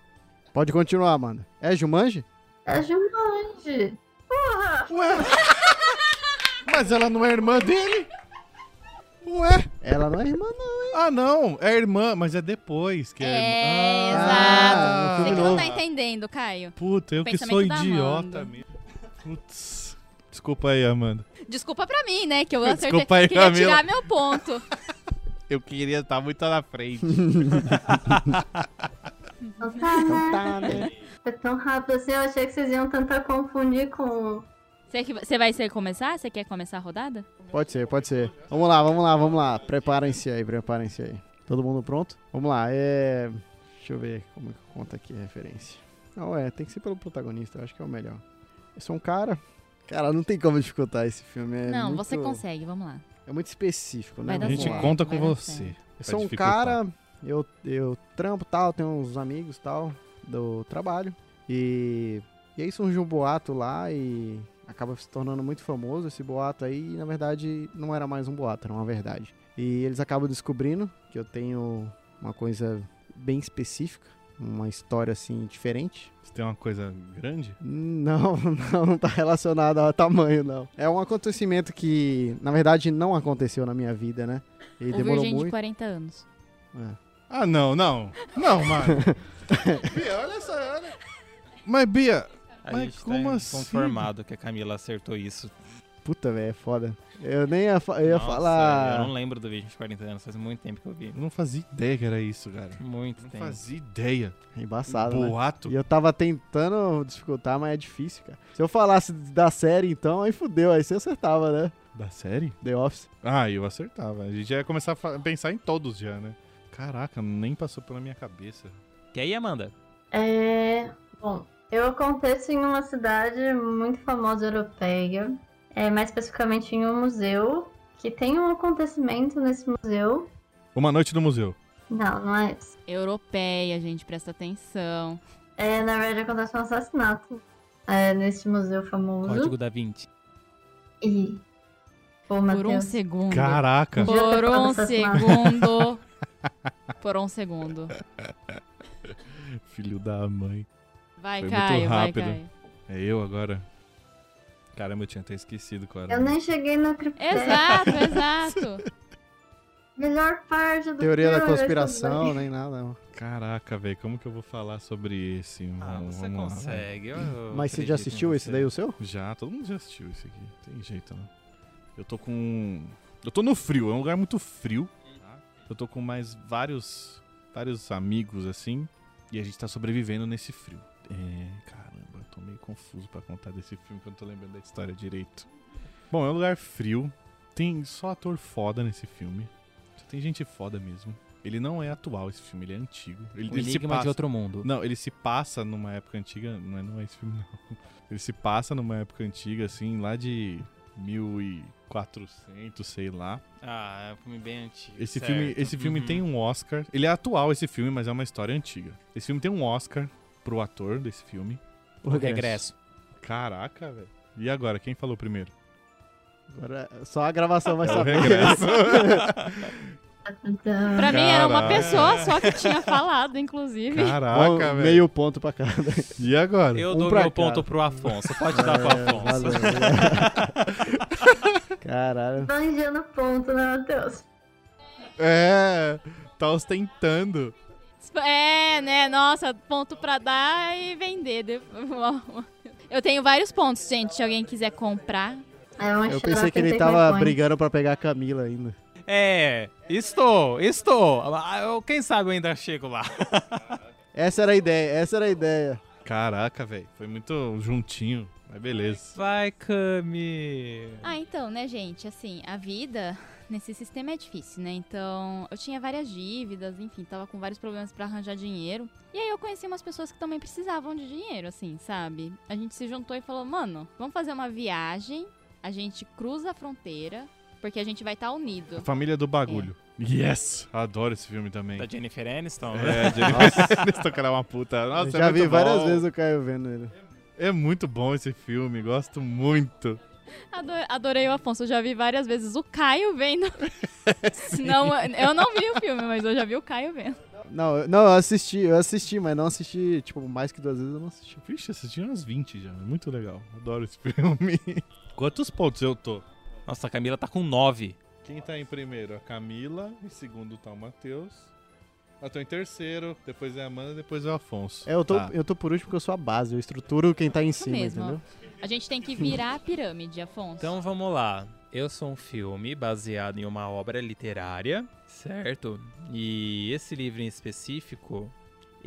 Pode continuar, mano. É Jumanji? É Jumanji. Porra! Ué? Mas ela não é irmã dele? Ué? Ela não é irmã, não. Ah, não. É irmã, mas é depois que é, É, irmã. Ah, exato. Você que não tá novo. entendendo, Caio. Puta, eu que Pensamento sou da idiota Amanda. mesmo. Putz. Desculpa aí, Amanda. Desculpa pra mim, né? Que eu acertei. Desculpa aí, Queria Camila. tirar meu ponto. Eu queria estar muito na frente. Não tá, né? Tá, né? Foi tão rápido assim, eu achei que vocês iam tentar confundir com. Você que- Você vai ser começar? Você quer começar a rodada? Pode ser, pode ser. Vamos lá, vamos lá, vamos lá. Preparem-se aí, preparem-se aí. Todo mundo pronto? Vamos lá, é. Deixa eu ver como é que conta aqui a referência. Não, é, tem que ser pelo protagonista, eu acho que é o melhor. Eu sou um cara. Cara, não tem como dificultar esse filme. é não, muito- você consegue, vamos lá. É muito específico, né? Vai dar A Vamos gente lá. certo. conta com Vai dar você. certo. pra Eu sou um dificultar. cara, eu, eu trampo tal, tenho uns amigos tal, do trabalho. E, e aí surge um boato lá e acaba se tornando muito famoso esse boato aí. E na verdade não era mais um boato, era uma verdade. E eles acabam descobrindo que eu tenho uma coisa bem específica, uma história assim diferente. Você tem uma coisa grande? Não, não, não tá relacionado ao tamanho, não. É um acontecimento que, na verdade, não aconteceu na minha vida, né? E o demorou Virgem É de muito. 40 anos. É. Ah, não, não. Não, mano. Bia, olha essa. Olha. Mas, Bia, A Mas gente como tá assim? conformado que a Camila acertou isso. Puta, velho, é foda. Eu nem ia, fa- eu ia Nossa, falar. Eu não lembro do vídeo de 40 anos, faz muito tempo que eu vi. eu não fazia ideia que era isso, cara. Muito Não tempo. fazia ideia. Embaçado, né? Boato. E eu tava tentando dificultar, mas é difícil, cara. Se eu falasse da série, então, aí fudeu, aí você acertava, né? Da série? The Office. Ah, eu acertava. A gente já ia começar a fa- pensar em todos já, né? Caraca, nem passou pela minha cabeça. E aí, Amanda? É. Bom, Eu aconteço em uma cidade muito famosa europeia, é, mais especificamente em um museu, que tem um acontecimento nesse museu. Uma noite no museu. Não, não é isso. Europeia, gente, presta atenção. É, na verdade, acontece um assassinato é, nesse museu famoso. Código da 20. E. Pô, Por um Matheus. segundo. Caraca. Devia ter Por falado um essas segundo. Por um segundo. Filho da mãe. Vai, Foi muito Caio, vai, rápido. Caio. É eu agora? Caramba, eu tinha até esquecido qual era. Eu nem cheguei no É. critério. Exato, exato. Melhor parte do Teoria da filme, essa conspiração, nem nada. não. Caraca, velho, como que eu vou falar sobre esse? Ah, Vamos- você vamos lá, vai. consegue. eu- eu Mas você já acredito em assistiu esse você. daí, o seu? Já, todo mundo já assistiu isso aqui. Tem jeito, não. Eu tô com. Eu tô no frio, é um lugar muito frio. tá? Eu tô com mais vários. vários amigos assim. E a gente tá sobrevivendo nesse frio. É, caramba, eu tô meio confuso pra contar desse filme que eu não tô lembrando da história direito. Bom, é um lugar frio. Tem só ator foda nesse filme. Só tem gente foda mesmo. Ele não é atual esse filme, ele é antigo. Ele, O ele se Enigma passa... de Outro Mundo. Não, ele se passa numa época antiga. Não é, não é esse filme, não. Ele se passa numa época antiga, assim, lá de 1400, sei lá. Ah, é um filme bem antigo. Uhum. Esse filme, esse filme tem um Oscar. Ele é atual, esse filme, mas é uma história antiga. Esse filme tem um Oscar pro ator desse filme. O regresso. Caraca, velho. E agora, quem falou primeiro? Agora, só a gravação vai É o saber. regresso. Então, Pra mim era uma Caraca. pessoa só que tinha falado, inclusive. Bom, Caraca, velho. meio ponto pra cada. E agora? Eu Um dou pra meu cá. ponto pro Afonso. Pode Tá dar pro É, Afonso. valeu. Caralho. Banjando ponto, né, Matheus? É, tá ostentando. É, né? Nossa, ponto pra dar e vender. depois. Eu tenho vários pontos, gente. Se alguém quiser comprar, É um Eu xarope pensei que ele sem tava vergonha. brigando pra pegar a Camila ainda. É, estou, estou. Ah, eu- Quem sabe eu ainda chego lá. Essa era a ideia, essa era a ideia. Caraca, velho. Foi muito juntinho. Mas beleza. Vai, Cami. Ah, então, né, gente? Assim, a vida nesse sistema é difícil, né? Então, eu tinha várias dívidas, enfim, tava com vários problemas pra arranjar dinheiro. E aí eu conheci umas pessoas que também precisavam de dinheiro, assim, sabe? A gente se juntou e falou: "Mano, vamos fazer uma viagem, a gente cruza a fronteira, porque a gente vai estar A unido". Família do Bagulho. É. Yes! Adoro esse filme também. Da Jennifer Aniston, né? É, Jennifer Aniston, cara, é uma puta. Nossa, Eu é já vi muito várias bom. vezes o Caio vendo ele. É muito bom esse filme, gosto muito. Ado- adorei o Afonso, eu já vi várias vezes o Caio vendo. não, eu não vi o filme, mas eu já vi o Caio vendo. Não, eu- não, eu assisti, eu assisti, mas não assisti, tipo, mais que duas vezes eu não assisti. Vixe, assisti umas 20 já, é muito legal. Adoro esse filme. Quantos pontos eu tô? Nossa, a Camila tá com 9. Quem tá em primeiro? A Camila, em segundo tá o Matheus. Eu tô em terceiro, depois é a Amanda, depois é o Afonso. É, eu tô, Tá. eu tô por último porque eu sou a base, eu estruturo quem tá em cima, mesmo. entendeu? A gente tem que virar a pirâmide, Afonso. Então vamos lá. Eu sou um filme baseado em uma obra literária, certo? E esse livro em específico,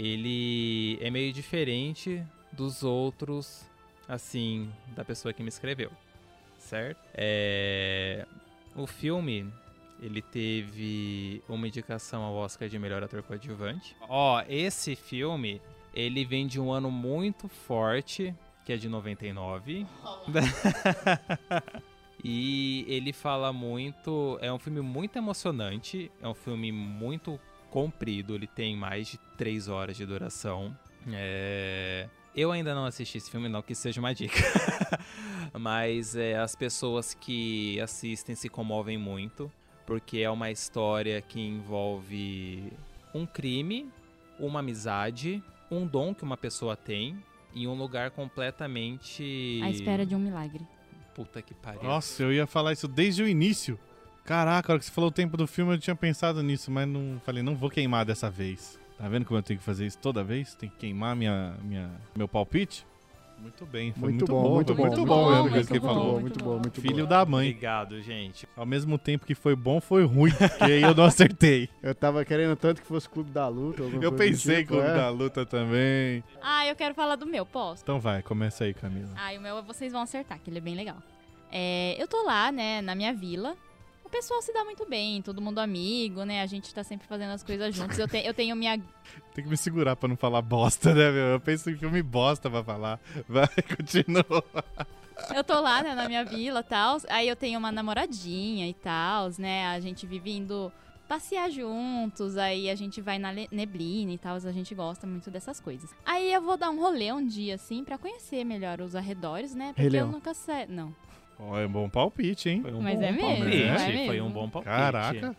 ele é meio diferente dos outros, assim, da pessoa que me escreveu, certo? É, O filme, ele teve uma indicação ao Oscar de melhor ator coadjuvante. Ó, esse filme, ele vem de um ano muito forte, que é de 99. E ele fala muito. É um filme muito emocionante. É um filme muito comprido. Ele tem mais de três horas de duração. É, Eu ainda não assisti esse filme, não que seja uma dica. Mas é, as pessoas que assistem se comovem muito, porque é uma história que envolve um crime, uma amizade, um dom que uma pessoa tem em um lugar completamente. À espera de um milagre. Puta que pariu. Nossa, eu ia falar isso desde o início. Caraca, a hora que você falou o tempo do filme, eu tinha pensado nisso, mas não falei, não vou queimar dessa vez. Tá vendo como eu tenho que fazer isso toda vez? Tem que queimar minha, minha, meu palpite? Muito bem, foi Muito, muito, bom, muito foi bom, muito muito bom, bom, mesmo, muito que ele bom, falou. muito bom, muito bom. Filho da mãe. Obrigado, gente. Ao mesmo tempo que foi bom, foi ruim, porque aí eu não acertei. Eu tava querendo tanto que fosse Clube da Luta. alguma coisa Eu do pensei tipo, com o é. da luta também. Ah, eu quero falar do meu, posso? Então vai, começa aí, Camila. Ah, e o meu vocês vão acertar, que ele é bem legal. É, eu tô lá, né, na minha vila. O pessoal se dá muito bem, todo mundo amigo, né? A gente tá sempre fazendo as coisas juntos. Eu, te- eu tenho minha. Tem que me segurar pra não falar bosta, né, meu? Eu penso em filme bosta pra falar. Vai, continua. Eu tô lá, né, na minha vila e tal. Aí eu tenho uma namoradinha e tal, né? A gente vive indo passear juntos, aí a gente vai na le- neblina e tal, a gente gosta muito dessas coisas. Aí eu vou dar um rolê um dia, assim, pra conhecer melhor os arredores, né? Rei Porque eu Leão. nunca sei. Não. Ó, é um bom palpite, hein? Foi um Mas bom é mesmo, palpite, é Foi mesmo. um bom palpite. Caraca.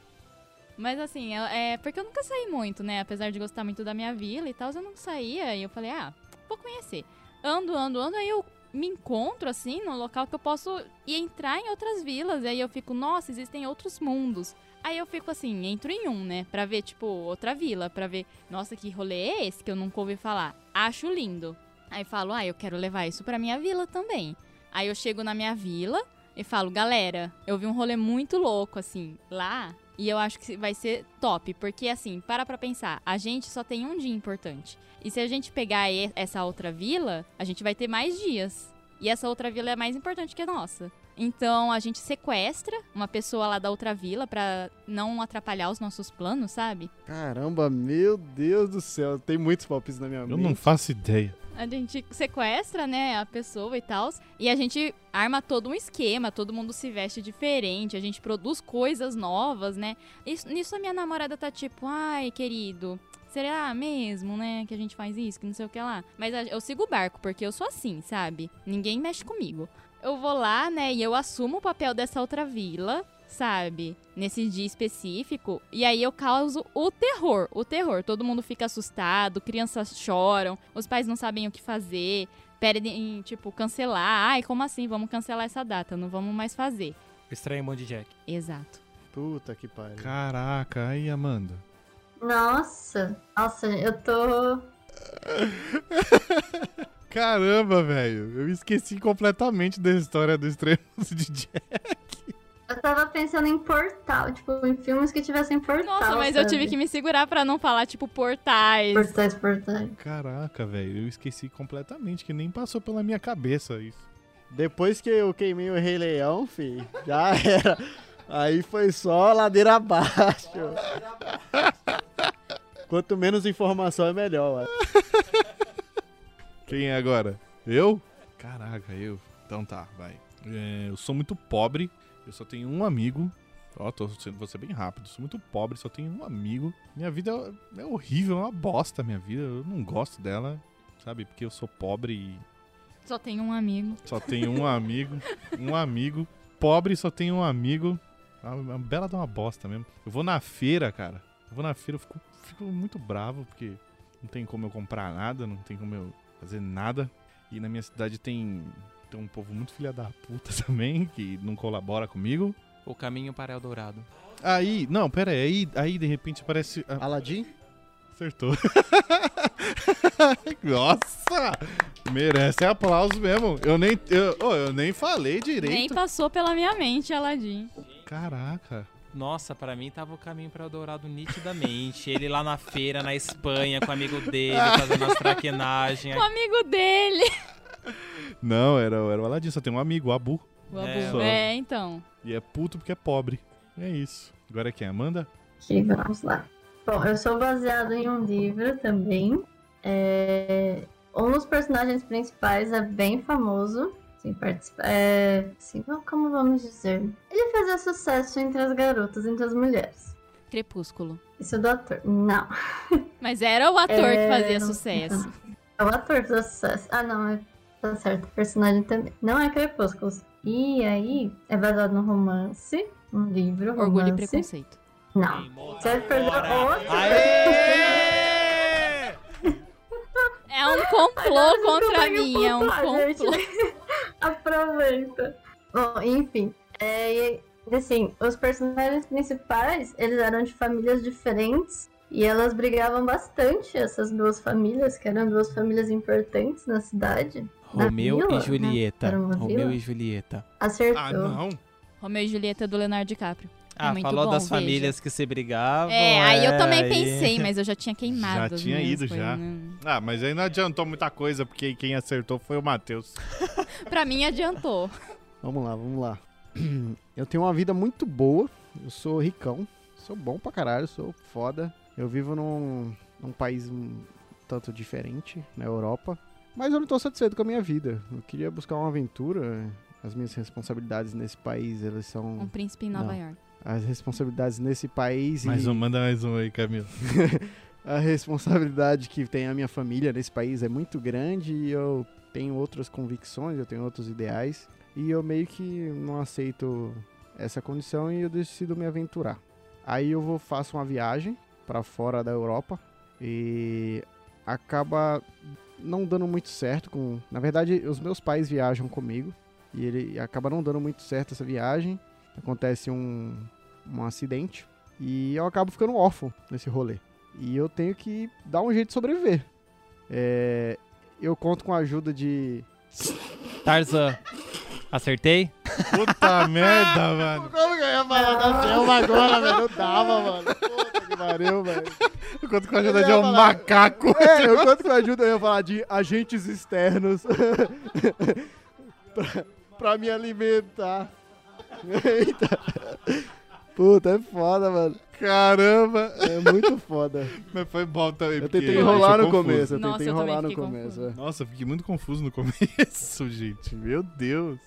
Mas assim, eu- é porque eu nunca saí muito, né? Apesar de gostar muito da minha vila e tal, eu não saía e eu falei, ah, vou conhecer. Ando, ando, ando, aí eu me encontro assim num local que eu posso ir entrar em outras vilas. E aí eu fico, nossa, existem outros mundos. Aí eu fico assim, entro em um, né? Pra ver, tipo, outra vila, pra ver, nossa, que rolê é esse que eu nunca ouvi falar? Acho lindo. Aí falo, ah, eu quero levar isso pra minha vila também. Aí eu chego na minha vila e falo, galera, eu vi um rolê muito louco, assim, lá. E eu acho que vai ser top, porque assim, para pra pensar, a gente só tem um dia importante. E se a gente pegar e- essa outra vila, a gente vai ter mais dias. E essa outra vila é mais importante que a nossa. Então a gente sequestra uma pessoa lá da outra vila pra não atrapalhar os nossos planos, sabe? Caramba, meu Deus do céu. Tem muitos palpites na minha Eu mente. não faço ideia. A gente sequestra, né, a pessoa e tal. E a gente arma todo um esquema, todo mundo se veste diferente, a gente produz coisas novas, né? Isso- nisso a minha namorada tá tipo, ai, querido, será mesmo, né, que a gente faz isso, que não sei o que lá. Mas a- eu sigo o barco, porque eu sou assim, sabe? Ninguém mexe comigo. Eu vou lá, né, e eu assumo o papel dessa outra vila, sabe? Nesse dia específico. E aí eu causo o terror, o terror. Todo mundo fica assustado, crianças choram, os pais não sabem o que fazer, pedem, tipo, cancelar. Ai, como assim? Vamos cancelar essa data, não vamos mais fazer. O Estranho Mundo de Jack. Exato. Puta que pariu. Caraca, aí, Amanda. Nossa, nossa, eu tô. Caramba, velho. Eu esqueci completamente da história do Estranho Mundo de Jack. Eu tava pensando em portal, tipo, em filmes que tivessem portal. Nossa, mas eu tive que me segurar pra não falar, tipo, portais. Portais, portais. Caraca, velho. Eu esqueci completamente, que nem passou pela minha cabeça isso. Depois que eu queimei o Rei Leão, fi, já era. Aí foi só ladeira abaixo. Quanto menos informação é melhor, ué. Quem é agora? Eu? Caraca, eu. Então tá, vai. É, eu sou muito pobre, eu só tenho um amigo. Ó, tô sendo você bem rápido. Sou muito pobre, só tenho um amigo. Minha vida é- é horrível, é uma bosta a minha vida. Eu não gosto dela, sabe? Porque eu sou pobre e Só tem um amigo. só tenho um amigo. Um amigo. Pobre só tenho um amigo. Uma, uma bela de uma bosta mesmo. Eu vou na feira, cara. Eu vou na feira, eu fico, fico muito bravo, porque não tem como eu comprar nada, não tem como eu fazer nada. E na minha cidade tem, tem um povo muito filha da puta também, que não colabora comigo. O Caminho para Eldorado. Aí, não, pera aí, aí, aí de repente aparece. a- Aladim? Acertou. Nossa! Merece aplauso mesmo. Eu nem, eu, ô, eu nem falei Nem direito. passou pela minha mente, Aladim. Caraca. Nossa, pra mim tava o Caminho para Eldorado nitidamente. Ele lá na feira, na Espanha, com o amigo dele, fazendo as traquenagens. O amigo dele. Não, era, era o Aladim, só tem um amigo, o Abu. O É, Abu. só. É, então. E é puto porque é pobre. É isso. Agora é quem? Amanda? Aqui, vamos lá. Bom, eu sou baseado em um livro também. É, Um dos personagens principais é bem famoso. Sim, participa... é... Sim, bom, como vamos dizer? Ele fazia sucesso entre as garotas, entre as mulheres. Crepúsculo. Isso é do ator. Não. Mas era o ator que É, fazia não- sucesso. É o ator que fazia sucesso. Ah, não. É... Tá certo. O personagem também. Não é Crepúsculos. E aí, é baseado num romance. Um livro, romance. Orgulho e preconceito. Não. Você perdeu outro. Tá Aê! É um complô contra consegue mim, é um pontuar, complô. gente. Aproveita. Bom, enfim. É, e, assim, os personagens principais, eles eram de famílias diferentes. E elas brigavam bastante, essas duas famílias, que eram duas famílias importantes na cidade. Romeu vila, e né? Julieta. Era uma Romeu vila? e Julieta. Acertou. Ah, não. Romeu e Julieta do Leonardo DiCaprio. Ah, É muito falou bom, das veja. famílias que se brigavam. É, aí eu também Tá aí- pensei, mas eu já tinha queimado. Já as tinha minhas ido, coisas, já. né? Ah, mas aí não adiantou muita coisa, porque quem acertou foi o Matheus. Pra mim adiantou. Vamos lá, vamos lá. Eu tenho uma vida muito boa, Eu sou ricão. Sou bom pra caralho, sou foda. Eu vivo num, num país um tanto diferente, na Europa. Mas eu não tô satisfeito com a minha vida. Eu queria buscar uma aventura. As minhas responsabilidades nesse país, elas Um são. príncipe em Nova Não. York. As responsabilidades nesse país Mais e um, manda mais um aí, Camilo. a responsabilidade que tem a minha família nesse país é muito grande e eu tenho outras convicções, eu tenho outros ideais. E eu meio que não aceito essa condição e eu decido me aventurar. Aí eu vou faço uma viagem para fora da Europa e acaba não dando muito certo com, na verdade, os meus pais viajam comigo e ele acaba não dando muito certo essa viagem. Acontece um um acidente e eu acabo ficando órfão nesse rolê. E eu tenho que dar um jeito de sobreviver. É, eu conto com a ajuda de. Tarzan, acertei? Puta merda, mano. Como que eu ia falar da selva agora, velho? Não dava, mano. Puta que pariu, velho. Eu conto com a ajuda de um macaco. É, eu conto com a ajuda, eu ia falar de agentes externos pra, pra me alimentar. Eita. Puta, é foda, mano. Caramba. É muito foda. Mas foi bom também. Eu porque tentei deixou enrolar no confuso. começo, eu Nossa, tentei eu também enrolar no fiquei começo. confusa. é. Nossa, eu fiquei muito confuso no começo, gente. Meu Deus.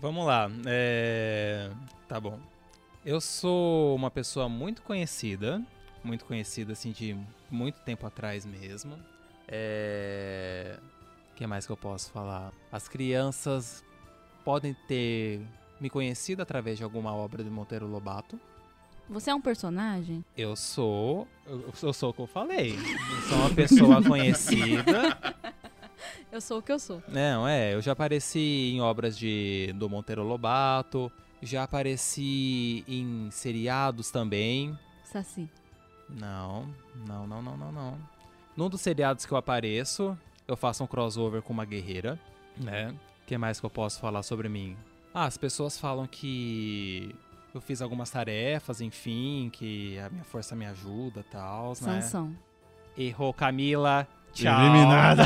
Vamos lá. é, Tá bom. Eu sou uma pessoa muito conhecida, muito conhecida assim de muito tempo atrás mesmo. É... O que mais que eu posso falar? As crianças podem ter me conhecido através de alguma obra de Monteiro Lobato. Você é um personagem? Eu sou. Eu, eu sou o que eu falei. Eu sou uma pessoa conhecida. Eu sou o que eu sou. Não, é, eu já apareci em obras de do Monteiro Lobato, já apareci em seriados também. Saci. Não, não, não, não, não, não. Num dos seriados que eu apareço, eu faço um crossover com uma guerreira, né? O que mais que eu posso falar sobre mim? Ah, as pessoas falam que eu fiz algumas tarefas, enfim, que a minha força me ajuda, tal, né? Sansão. Errou, Camila. Tchau. Eliminada.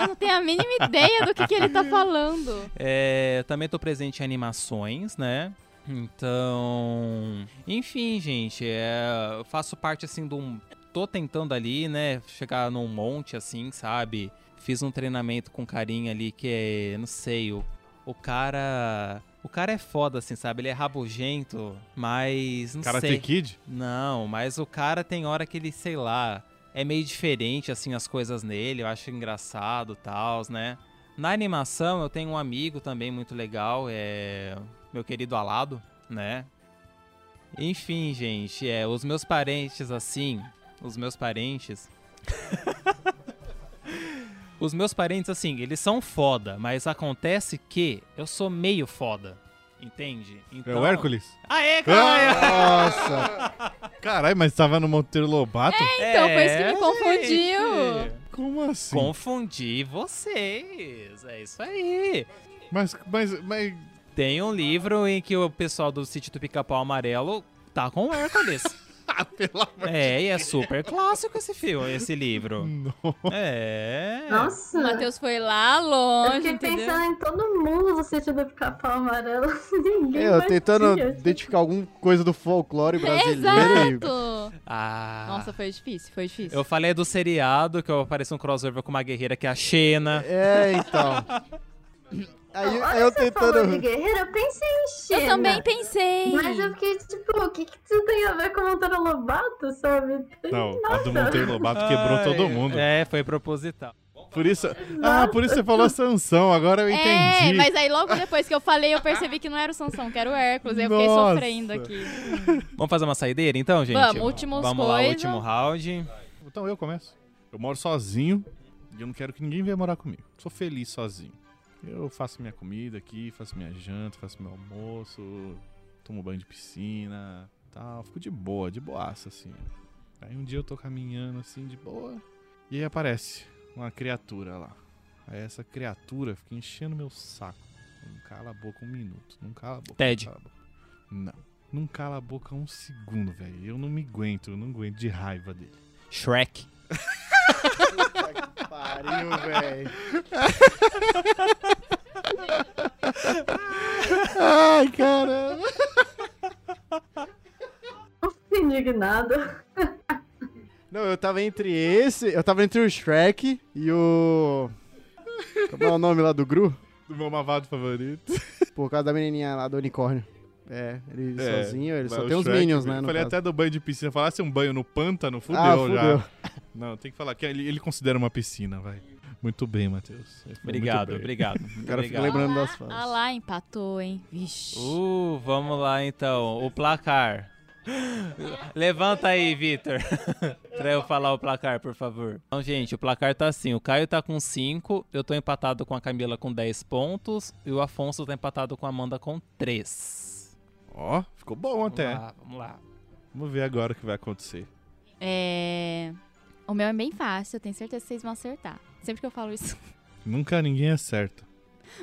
Eu não tenho a mínima ideia do que, que ele tá falando. É, também tô presente em animações, né? Então, enfim, gente, é, eu faço parte assim de um. Tô tentando ali, né? Chegar num monte assim, sabe? Fiz um treinamento com um carinha ali que é. Não sei, o, o cara. O cara é foda, assim, sabe? Ele é rabugento, mas. Não Karate sei. Kid? Não, mas o cara tem hora que ele, sei lá, é meio diferente assim as coisas nele, eu acho engraçado, tal, né? Na animação eu tenho um amigo também muito legal, é meu querido Alado, né? Enfim, gente, é os meus parentes assim, os meus parentes Os meus parentes assim, eles são foda, mas acontece que eu sou meio foda, entende? É Então... o Hércules? Ah, é, cara. Nossa. Caralho, mas tava no Monteiro Lobato? É. Então, foi isso que É, me confundiu. gente. Como assim? Confundi vocês. É isso aí. Mas, mas, mas... Tem um livro em que o pessoal do sítio do Pica-Pau Amarelo tá com o Hércules. Ah, pelo amor é, e é super clássico esse filme, esse livro. Nossa. É. O Nossa! Matheus foi lá eu longe, fiquei entendeu? pensando em todo mundo do sítio do pica-pau amarelo. Ninguém É, eu tentando conhecia. identificar alguma coisa do folclore brasileiro. e- Exato! Ah. Nossa, foi difícil, foi difícil. Eu falei do seriado que eu apareci um crossover com uma guerreira que é a Xena. É, então. Aí Olha, aí eu você falou de tentando. guerreiro, eu pensei em China. Eu também pensei. Mas eu fiquei tipo, o que, que isso tem a ver com o Monteiro Lobato, sabe? Tem Não, a do Monteiro Lobato quebrou Ai, todo mundo. É, foi proposital. Por isso... Ah, por isso você falou Sansão, agora eu É, entendi. mas aí logo depois que eu falei, eu percebi que não era o Sansão, que era o Hércules. Aí eu fiquei Nossa. sofrendo aqui. Vamos fazer uma saideira então, gente? Vamos, últimos Vamos lá, coisa. último round. Então eu começo. Eu moro sozinho e eu não quero que ninguém venha morar comigo. Sou feliz sozinho. Eu faço minha comida aqui, faço minha janta, faço meu almoço, tomo banho de piscina, tal. Fico de boa, de boaça, assim. Aí um dia eu tô caminhando, assim, de boa. E aí aparece uma criatura lá. Aí essa criatura fica enchendo meu saco. Não cala a boca um minuto. Não cala a boca. Ted. Não, cala a boca. não. Não cala a boca um segundo, velho. Eu não me aguento, eu não aguento de raiva dele. Shrek. Pariu, velho. Ai, caramba! nada. Não, eu tava entre esse, eu tava entre o Shrek e o. Como é o nome lá do Gru? Do meu mamado favorito. Por causa da menininha lá do unicórnio. É, ele É, sozinho, ele só o tem os Shrek, Minions, eu né? no Falei caso. até do banho de piscina. Falasse um banho no pântano, fudeu, ah, já. fudeu. Não, tem que falar que ele, ele considera uma piscina, vai. Muito bem, Matheus. Foi É muito Obrigado, bem. obrigado. Muito O cara fica obrigado. lembrando das Ah falas. lá, empatou, hein? Vixe. Uh, vamos lá então. O placar. Levanta aí, Vitor. pra eu falar o placar, por favor. Então, gente, o placar tá assim: o Caio tá com 5, eu tô empatado com a Camila com 10 pontos e o Afonso tá empatado com a Amanda com 3. Ó, ficou bom Vamos até. lá, vamos lá. Vamos ver agora o que vai acontecer. É... O meu é bem fácil, eu tenho certeza que vocês vão acertar. Sempre que eu falo isso. Nunca ninguém acerta.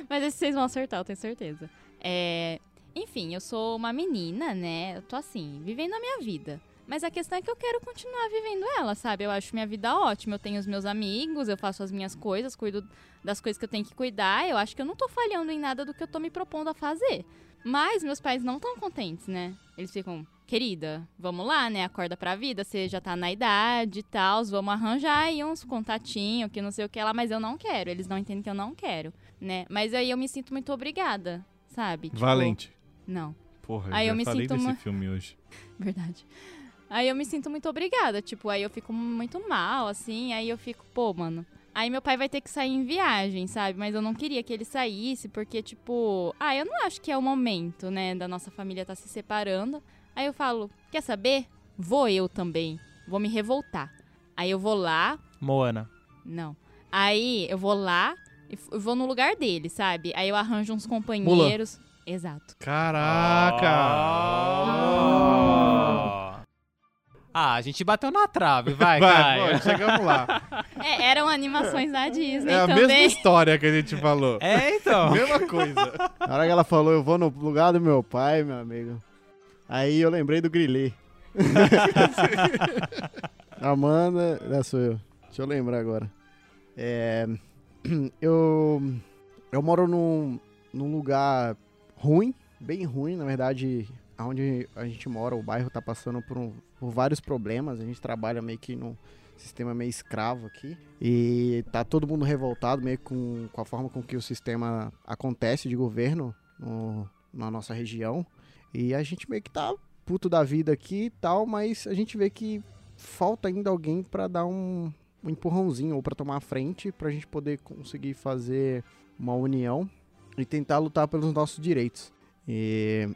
Mas esse vocês vão acertar, eu tenho certeza. É... Enfim, eu sou uma menina, né? Eu tô assim, vivendo a minha vida. Mas a questão é que eu quero continuar vivendo ela, sabe? Eu acho minha vida ótima. Eu tenho os meus amigos, eu faço as minhas coisas, cuido das coisas que eu tenho que cuidar. Eu acho que eu não tô falhando em nada do que eu tô me propondo a fazer. Mas meus pais não tão contentes, né? Eles ficam, querida, vamos lá, né? Acorda pra vida, você já tá na idade e tal, vamos arranjar aí uns contatinhos, que não sei o que lá, mas eu não quero. Eles não entendem que eu não quero né? Mas aí eu me sinto muito obrigada, sabe? Tipo, Valente. Não, Porra, eu Aí já eu me falei sinto desse uma- filme hoje. verdade. Aí eu me sinto muito obrigada, tipo, aí eu fico muito mal, assim, aí eu fico, pô, mano. Aí meu pai vai ter que sair em viagem, sabe? Mas eu não queria que ele saísse, porque, tipo, ah, eu não acho que é o momento, né, da nossa família tá se separando. Aí eu falo, quer saber? Vou eu também. Vou me revoltar. Aí eu vou lá, Moana. Não. Aí eu vou lá e f- eu vou no lugar dele, sabe? Aí eu arranjo uns companheiros. Exato. Caraca! Ah, a gente bateu na trave, vai, Vai, Caio. bom, chegamos lá. É, eram animações da Disney É a mesma também. história que a gente falou. É, então. Mesma coisa. Na hora que ela falou, eu vou no lugar do meu pai, meu amigo. Aí eu lembrei do Grilê. Amanda, é, sou eu. Deixa eu lembrar agora. É, eu, eu moro num, num lugar ruim, bem ruim, na verdade, onde a gente mora, o bairro tá passando por, um- por vários problemas, a gente trabalha meio que num sistema meio escravo aqui, e tá todo mundo revoltado meio com, com a forma com que o sistema acontece de governo no- na nossa região, e a gente meio que tá puto da vida aqui e tal, mas a gente vê que falta ainda alguém pra dar um, um empurrãozinho ou pra tomar a frente pra gente poder conseguir fazer uma união e tentar lutar pelos nossos direitos. E,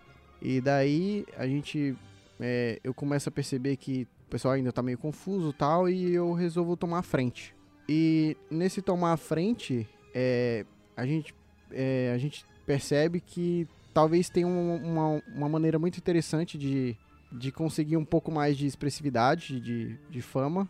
e daí a gente é, eu começo a perceber que o pessoal ainda tá meio confuso e tal e eu resolvo tomar a frente. E nesse tomar a frente é, a gente é, a gente percebe que talvez tenha um- uma, uma maneira muito interessante de de conseguir um pouco mais de expressividade, de, de fama.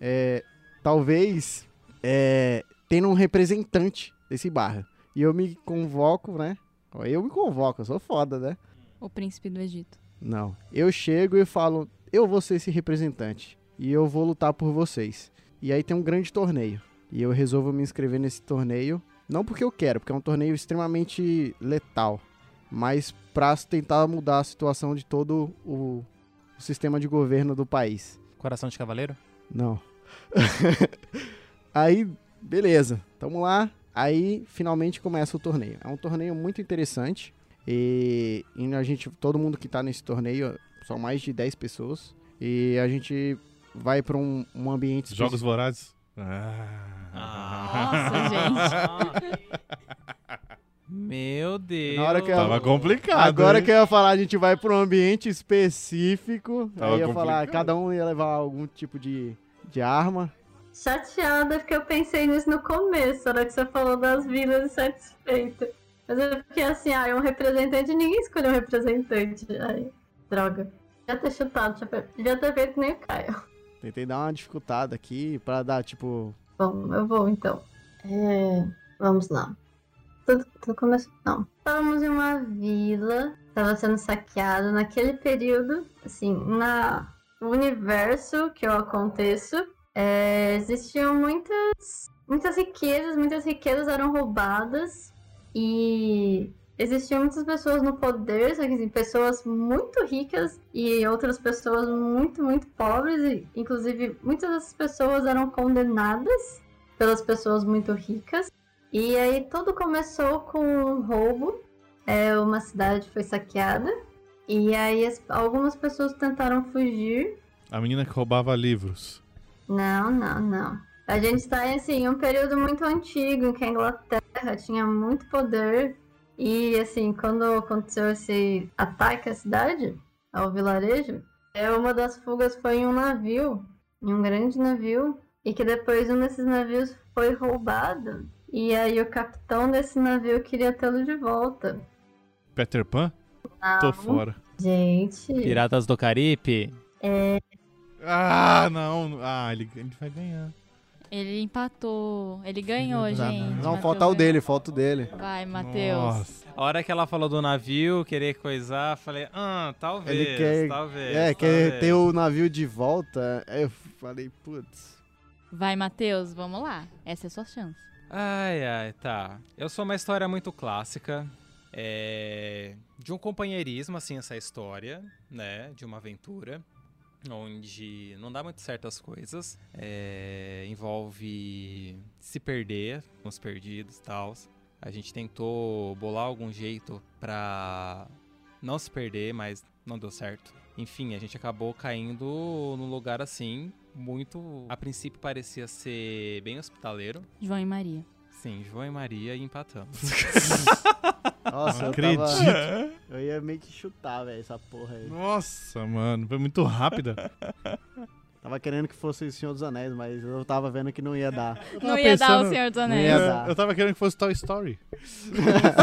É, talvez é, tendo um representante desse barra. E eu me convoco, né? Ó, Eu me convoco, eu sou foda, né? O príncipe do Egito. Não. Eu chego e falo, eu vou ser esse representante. E eu vou lutar por vocês. E aí tem um grande torneio. E eu resolvo me inscrever nesse torneio. Não porque eu quero, porque é um torneio extremamente letal. Mas pra tentar mudar a situação de todo o, o sistema de governo do país. Coração de Cavaleiro? Não. aí, beleza. Tamo lá. Aí, finalmente começa o torneio. É um torneio muito interessante. E, e a gente, todo mundo que tá nesse torneio, são mais de 10 pessoas. E a gente vai pra um, um ambiente. Jogos Vorazes. Ah. Ah. Nossa, gente. Meu Deus. Na hora que Tava eu- complicado. Agora hein? que eu ia falar, a gente vai pra um ambiente específico. Tava aí ia falar, complicado. cada um ia levar algum tipo de, de arma. Chateada, porque eu pensei nisso no começo, na hora que você falou das vilas insatisfeitas. Mas eu fiquei assim, ah, é um representante, ninguém escolheu um representante. Ai, droga. Já ter chutado, já ter- já ter feito que nem o Caio. Tentei dar uma dificultada aqui pra dar, tipo, Bom, eu vou então. É, vamos lá. Tudo, tudo começou. Não. Estávamos em uma vila, estava sendo saqueado naquele período, assim, na no universo que eu aconteço, é, existiam muitas, muitas riquezas, muitas riquezas eram roubadas e existiam muitas pessoas no poder, só que assim, pessoas muito ricas e outras pessoas muito, muito pobres. E, inclusive, muitas dessas pessoas eram condenadas pelas pessoas muito ricas. E aí tudo começou com um roubo. É, uma cidade foi saqueada. E aí as- algumas pessoas tentaram fugir, A menina que roubava livros. não, não, não. A gente está assim, em um período muito antigo em que a Inglaterra tinha muito poder. E assim, quando aconteceu esse ataque à cidade, ao vilarejo, é, uma das fugas foi em um navio, em um grande navio, e que depois um desses navios foi roubado. E aí o capitão desse navio queria tê-lo de volta. Peter Pan? Tô fora. Gente. Piratas do Caribe? Ah, não. Ah, ele, ele vai ganhar. Ele empatou. Ele ganhou, Não, gente. não, Não, Mateus falta o ganhou. dele, falta o dele. Vai, Matheus. Nossa. A hora que ela falou do navio, querer coisar, falei, ah, talvez, Ele quer- talvez. É, quer talvez." ter o navio de volta. Aí eu falei, putz. Vai, Matheus, vamos lá. Essa é a sua chance. Ai, ai, tá. Eu sou uma história muito clássica. é, De um companheirismo, assim, essa história, né? De uma aventura. Onde não dá muito certo as coisas. é, Envolve se perder, uns perdidos e tal. A gente tentou bolar algum jeito pra não se perder, mas não deu certo. Enfim, a gente acabou caindo num lugar assim, muito. A princípio parecia ser bem hospitaleiro. João e Maria. Sim, João e Maria e empatamos. Nossa, Não eu acredito. tava... Eu ia meio que chutar, velho, essa porra aí. Nossa, mano. Foi muito rápida. Tava querendo que fosse o Senhor dos Anéis, mas eu tava vendo que não ia dar. Eu tava Não ia dar o pensando- Senhor dos Não Anéis. ia dar. Eu tava querendo que fosse Toy Story.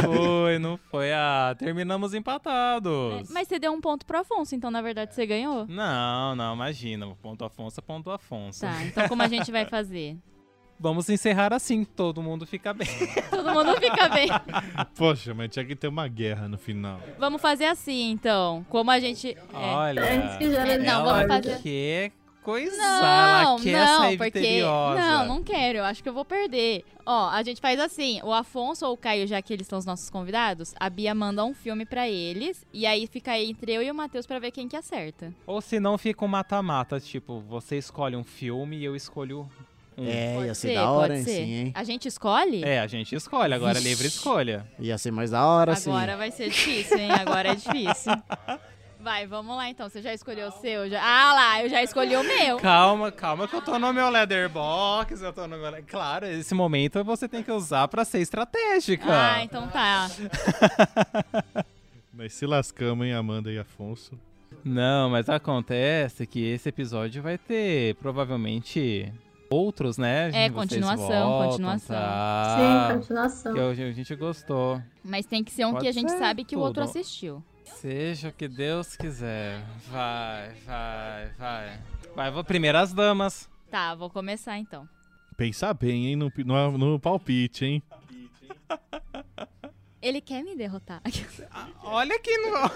foi, não foi. Ah, terminamos empatados. Mas você deu um ponto pro Afonso, então na verdade você Tá, ganhou. Não, não, imagina. Ponto Afonso, é ponto Afonso. Tá, então como a gente vai fazer? Vamos encerrar assim, todo mundo fica bem. Todo mundo fica bem. Poxa, mas tinha que ter uma guerra no final. Vamos fazer assim, então. Como a gente. É. Olha. Antes que já É, não, vamos ela fazer- quer coisar, Não, ela é quer não, sair porque. vitoriosa. Não, não quero. Eu acho que eu vou perder. Ó, a gente faz assim: o Afonso ou o Caio, já que eles são os nossos convidados, a Bia manda um filme pra eles. E aí fica aí entre eu e o Matheus pra ver quem que acerta. Ou se não, fica um mata-mata. Tipo, você escolhe um filme e eu escolho um. É, ia Pode ser, da hora, hein, pode ser. sim, hein? A gente escolhe? É, a gente escolhe, agora é Vixe. livre escolha. Ia ser mais da hora, assim. sim. Agora vai ser difícil, hein? Agora é difícil. Vai, vamos lá então. Você já escolheu o seu? Já... Ah lá, eu já escolhi o meu. Calma, calma que eu tô no meu leatherbox, eu tô no meu... le- Claro, esse momento você tem que usar pra ser estratégica. Ah, então tá. Mas se lascamos, hein, Amanda e Afonso. Não, mas acontece que esse episódio vai ter provavelmente outros, né? É, Vocês continuação, voltam, continuação. Sim, Tá? continuação. Que a gente gostou. Mas tem que ser um Pode que a gente ser sabe que o outro tudo. assistiu. Seja o que Deus quiser. Vai, vai, vai. Vai, vou primeiro as damas. Tá, vou começar então. Pensar bem, hein, no, pi- no, no palpite, hein? Ele quer me derrotar. Olha que não.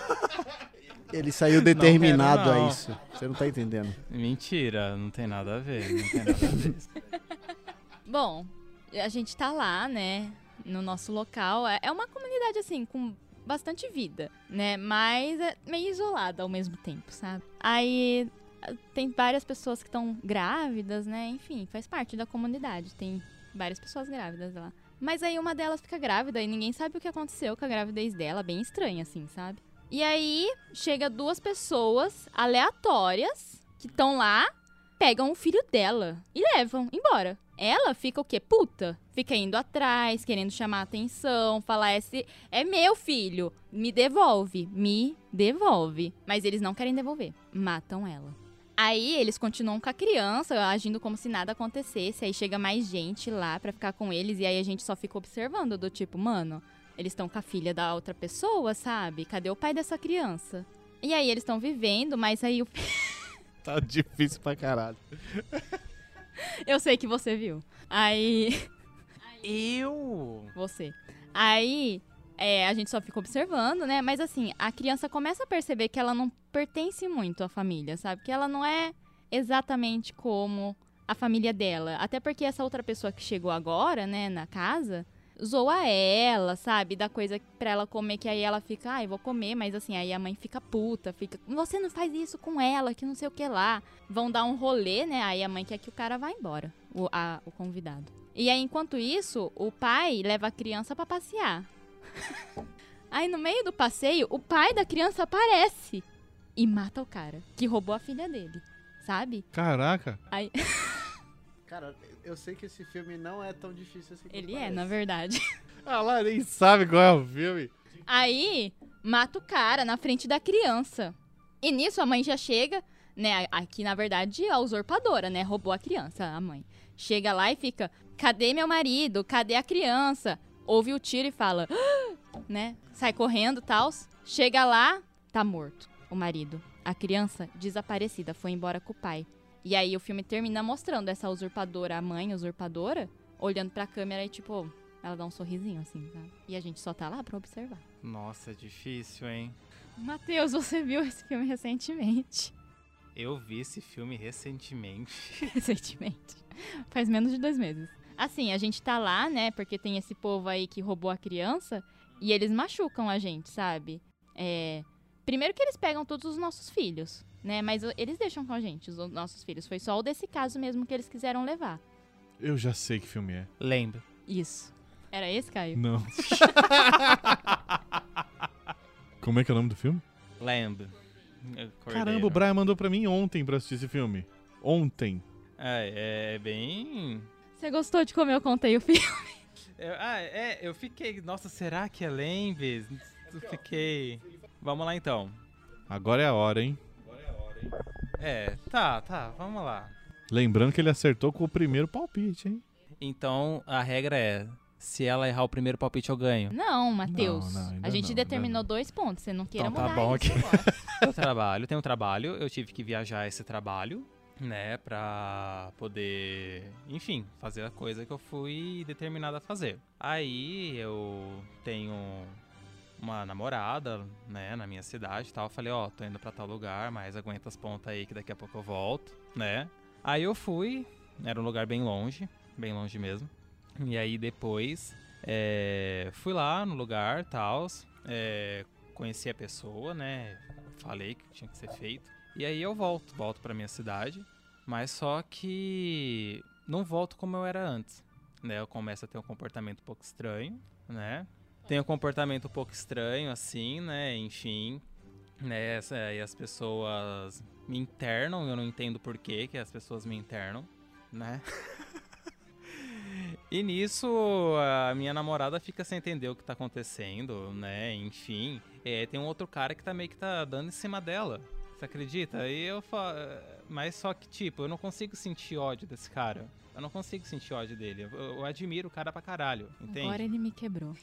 Ele saiu determinado Não quero, não. a isso. Você não tá entendendo. Mentira, não tem nada a ver. Não tem nada a ver. Bom, a gente tá lá, né? No nosso local. É é uma comunidade, assim, com bastante vida, né? Mas é meio isolada ao mesmo tempo, sabe? Aí ah, tem várias pessoas que estão grávidas, né? Enfim, faz parte da comunidade. Tem várias pessoas grávidas lá. Mas aí uma delas fica grávida e ninguém sabe o que aconteceu com a gravidez dela. Bem estranha, assim, sabe? E aí chega duas pessoas aleatórias que estão lá pegam o filho dela e levam embora. Ela fica o quê? Puta. Fica indo atrás, querendo chamar atenção, falar esse é meu filho, me devolve, me devolve. Mas eles não querem devolver, matam ela. Aí eles continuam com a criança, agindo como se nada acontecesse. Aí chega mais gente lá pra ficar com eles e aí a gente só fica observando do tipo, mano, eles estão com a filha da outra pessoa, sabe? Cadê o pai dessa criança? E aí eles estão vivendo, mas aí o Tá difícil pra caralho. Eu sei que você viu. Aí. Eu? Você. Aí. é, a gente só fica observando, né? Mas assim, a criança começa a perceber que ela não pertence muito à família, sabe? Que ela não é exatamente como a família dela. Até porque essa outra pessoa que chegou agora, né, na casa, zoa ela, sabe? Dá coisa pra ela comer, que aí ela fica, ai, vou comer, mas assim, aí a mãe fica puta, fica, você não faz isso com ela, que não sei o que lá. Vão dar um rolê, né? Aí a mãe quer que o cara vá embora, o, a- o convidado. E aí, enquanto isso, o pai leva a criança pra passear. aí, no meio do passeio, o pai da criança aparece e mata o cara que roubou a filha dele, sabe? Caraca. Cara, eu sei que esse filme não é tão difícil assim. Ele é, na verdade. Ah lá, nem sabe qual é o filme. Aí, mata o cara na frente da criança. E nisso a mãe já chega, né? Aqui, na verdade, a usurpadora, né? Roubou a criança, a mãe. Chega lá e fica: cadê meu marido? Cadê a criança? Ouve o tiro e fala, "Ah!", né? Sai correndo tal. Chega lá, tá morto o marido. A criança desaparecida, foi embora com o pai. E aí o filme termina mostrando essa usurpadora, a mãe usurpadora, olhando pra câmera e tipo, ela dá um sorrisinho assim, sabe? E a gente só tá lá pra observar. Nossa, é difícil, hein? Matheus, você viu esse filme recentemente? Eu vi esse filme recentemente. Recentemente. Faz menos de dois meses. Assim, a gente tá lá, né? Porque tem esse povo aí que roubou a criança e eles machucam a gente, sabe? É. Primeiro que eles pegam todos os nossos filhos, né? Mas o- eles deixam com a gente, os nossos filhos. Foi só o desse caso mesmo que eles quiseram levar. Eu já sei que filme é. Lembro. Isso. Era esse, Caio? Não. Como é que é o nome do filme? Lembro. Eu acordei, Caramba, o né? Brian mandou pra mim ontem pra assistir esse filme. Ontem. É, é bem. Você gostou de como eu contei o filme? Eu- ah, é, eu fiquei. Nossa, será que é Lembes? Eu fiquei. Vamos lá então. Agora é a hora, hein? É, tá, tá, vamos lá. Lembrando que ele acertou com o primeiro palpite, hein? Então a regra é: se ela errar o primeiro palpite, eu ganho. Não, Matheus. Não, não, ainda a gente não, ainda determinou dois pontos. Você não queira Então tá mudar bom isso aqui. agora. Eu trabalho, tenho um trabalho, eu tive que viajar esse trabalho, né, pra poder, enfim, fazer a coisa que eu fui determinada a fazer. Aí eu tenho uma namorada, né, na minha cidade e tal, eu falei, ó, tô indo pra tal lugar, mas aguenta as pontas aí que daqui a pouco eu volto, né. Aí eu fui, era um lugar bem longe, bem longe mesmo. E aí depois, é, fui lá no lugar, tal, é, conheci a pessoa, né, falei que tinha que ser feito. E aí eu volto, volto pra minha cidade, mas só que não volto como eu era antes, né? Eu começo a ter um comportamento um pouco estranho, né? Tenho um comportamento um pouco estranho assim, né? Enfim, né? Essa- E as pessoas me internam, eu não entendo por que que as pessoas me internam, né? E nisso, a minha namorada fica sem entender o que tá acontecendo, né? Enfim, é, tem um outro cara que tá meio que tá dando em cima dela. Você acredita? E eu falo. Mas só que, tipo, eu não consigo sentir ódio desse cara. Eu não consigo sentir ódio dele. Eu, eu admiro o cara pra caralho, entende? Agora ele me quebrou.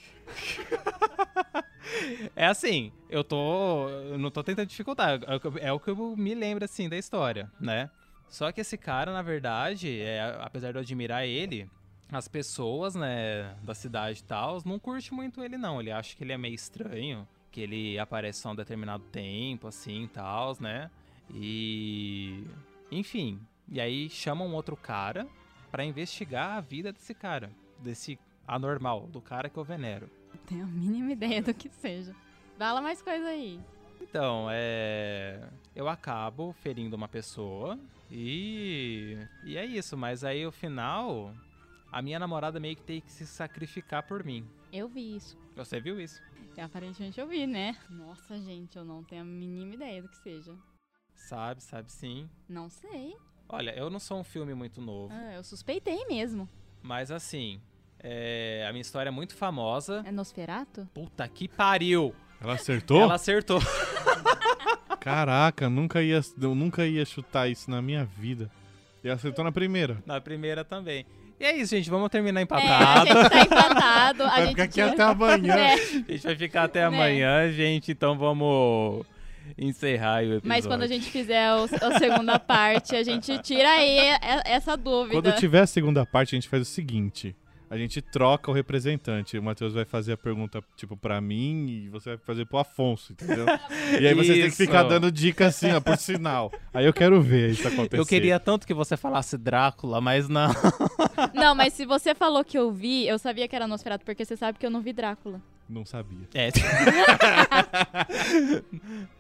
É assim, eu tô. Eu não tô tentando dificultar. é o que eu- É o que eu me lembro, assim, da história, né? Só que esse cara, na verdade, é, apesar de eu admirar ele, as pessoas, né, da cidade e tal, não curte muito ele, não. Ele acha que ele é meio estranho, que ele aparece só um determinado tempo, assim, e tal, né? E. Enfim. E aí chamam outro cara pra investigar a vida desse cara. Desse anormal, do cara que eu venero. Tenho a mínima ideia do que seja. Fala mais coisa aí. Então, é. Eu acabo ferindo uma pessoa e. E é isso, mas aí o final. A minha namorada meio que tem que se sacrificar por mim. Eu vi isso. Você viu isso? E Aparentemente eu vi, né? Nossa, gente, eu não tenho a mínima ideia do que seja. Sabe, sabe sim. Não sei. Olha, eu não sou um filme muito novo, Ah, eu suspeitei mesmo. mas assim. é, A minha história é muito famosa. É Nosferato? Puta que pariu! Ela acertou? Ela acertou. Caraca, nunca ia, eu nunca ia chutar isso na minha vida. E acertou na primeira. Na primeira também. E é isso, gente. Vamos terminar É, a empatado. gente tá empatado. A Vai gente ficar aqui tinha- até amanhã. É, A gente vai ficar até Né? amanhã, gente. Então vamos encerrar aí o episódio. Mas quando a gente fizer o- a segunda parte, a gente tira aí e- essa dúvida. Quando tiver a segunda parte, a gente faz o seguinte. A A gente troca o representante. O Matheus vai fazer a pergunta, tipo, pra mim e você vai fazer pro Afonso, entendeu? E aí vocês têm que Isso. ficar dando dica assim, ó, por sinal. Aí eu quero ver isso acontecer. Eu queria tanto que você falasse Drácula, mas não. Não, mas se você falou que eu vi, eu sabia que era Nosferatu, porque você sabe que eu não vi Drácula. Não sabia. É,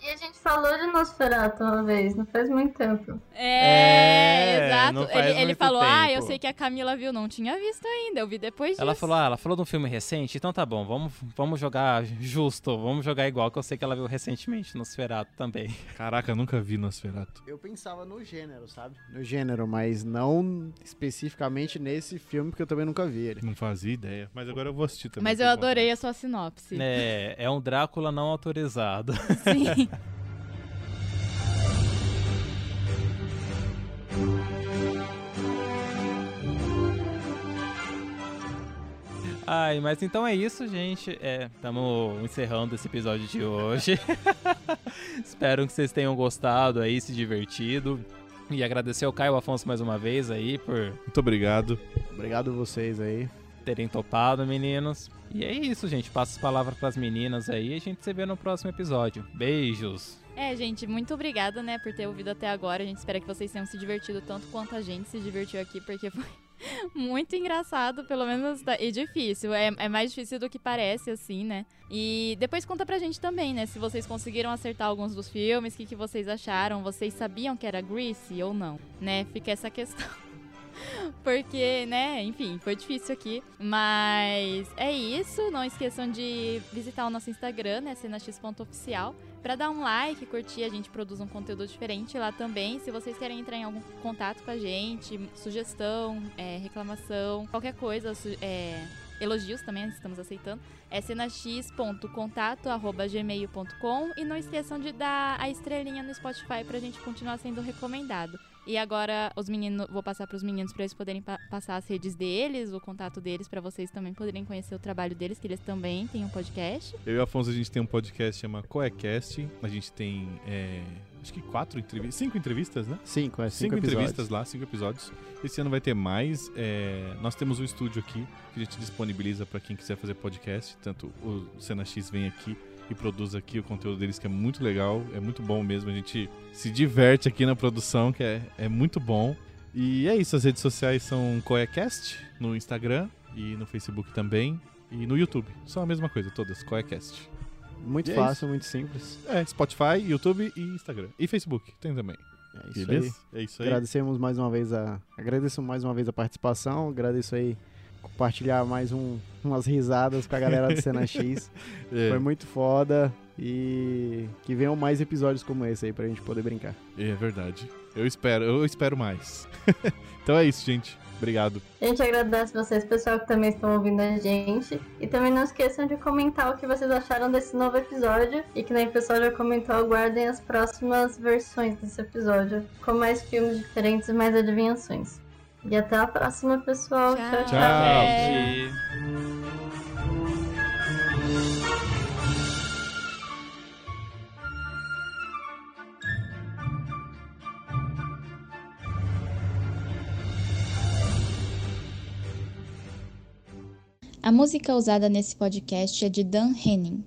E a gente falou de Nosferatu uma vez, não faz muito tempo. É, É, exato. não faz Ele, ele muito falou, ah, eu tempo." sei que a Camila viu, não tinha visto ainda, eu vi depois disso. ela falou, ah, ela falou de um filme recente, então tá bom, vamos, vamos jogar justo, vamos jogar igual, que eu sei que ela viu recentemente no Sferato também. Caraca, eu nunca vi Nosferatu. Eu pensava no gênero, sabe? No gênero, mas não especificamente nesse filme, porque eu também nunca vi ele. Não fazia ideia. Mas agora eu vou assistir também. Mas eu tenho vontade. adorei a sua sinopse. É, é um Drácula não autorizado. Sim. Ai, mas então é isso, gente. Estamos encerrando esse episódio de hoje. Espero que vocês tenham gostado aí, se divertido. E agradecer ao Caio Afonso mais uma vez aí por Muito obrigado. Obrigado a vocês aí. terem topado, meninos. E é isso, gente. Passo as palavras pras meninas aí e a gente se vê no próximo episódio. Beijos. É, gente, muito obrigada, né, por ter ouvido até agora. A gente espera que vocês tenham se divertido tanto quanto a gente se divertiu aqui, porque foi muito engraçado, pelo menos, da- e difícil. É, é mais difícil do que parece, assim, né? E depois conta pra gente também, né, se vocês conseguiram acertar alguns dos filmes, o que, que vocês acharam, vocês sabiam que era Greasy ou não, né? Fica essa questão. Porque, né, enfim, foi difícil aqui. Mas é isso. Não esqueçam de visitar o nosso Instagram, né? cenax.oficial para dar um like, curtir, a gente produz um conteúdo diferente lá também. Se vocês querem entrar em algum contato com a gente, sugestão, é, reclamação, qualquer coisa, su- é, elogios também, estamos aceitando, é cenax.contato.gmail.com e não esqueçam de dar a estrelinha no Spotify pra gente continuar sendo recomendado. E agora os meninos, vou passar pros meninos pra eles poderem pa- passar as redes deles, o contato deles pra vocês também poderem conhecer o trabalho deles, que eles também têm um podcast. Eu e o Afonso, a gente tem um podcast que chama Coecast. A gente tem, é, acho que quatro entrevistas, cinco entrevistas, né? Cinco, é cinco, Cinco, episódios. entrevistas lá, cinco episódios. Esse ano vai ter mais. é, nós temos um estúdio aqui que a gente disponibiliza para quem quiser fazer podcast. Tanto o Cena X vem aqui e produz aqui o conteúdo deles, que é muito legal, é muito bom mesmo. A gente se diverte aqui na produção, que é, é muito bom. E é isso, as redes sociais são Coecast no Instagram e no Facebook também. E no YouTube, só a mesma coisa, todas, Coecast. Muito E é fácil, muito simples. É, Spotify, YouTube e Instagram. E Facebook, tem também. É isso aí. Beleza? É isso aí. Agradecemos mais uma vez a. Agradeço mais uma vez a participação. Agradeço aí compartilhar mais um, umas risadas com a galera do Cena X. É. Foi muito foda. E que venham mais episódios como esse aí pra gente poder brincar. É verdade. Eu espero, eu espero mais. então é isso, gente. Obrigado. A gente agradece vocês, pessoal, que também estão ouvindo a gente. E também não esqueçam de comentar o que vocês acharam desse novo episódio. E que nem o pessoal já comentou, aguardem as próximas versões desse episódio. Com mais filmes diferentes e mais adivinhações. E até a próxima, pessoal. tchau. Tchau. tchau. É. Gente. A música usada nesse podcast é de Dan Henning.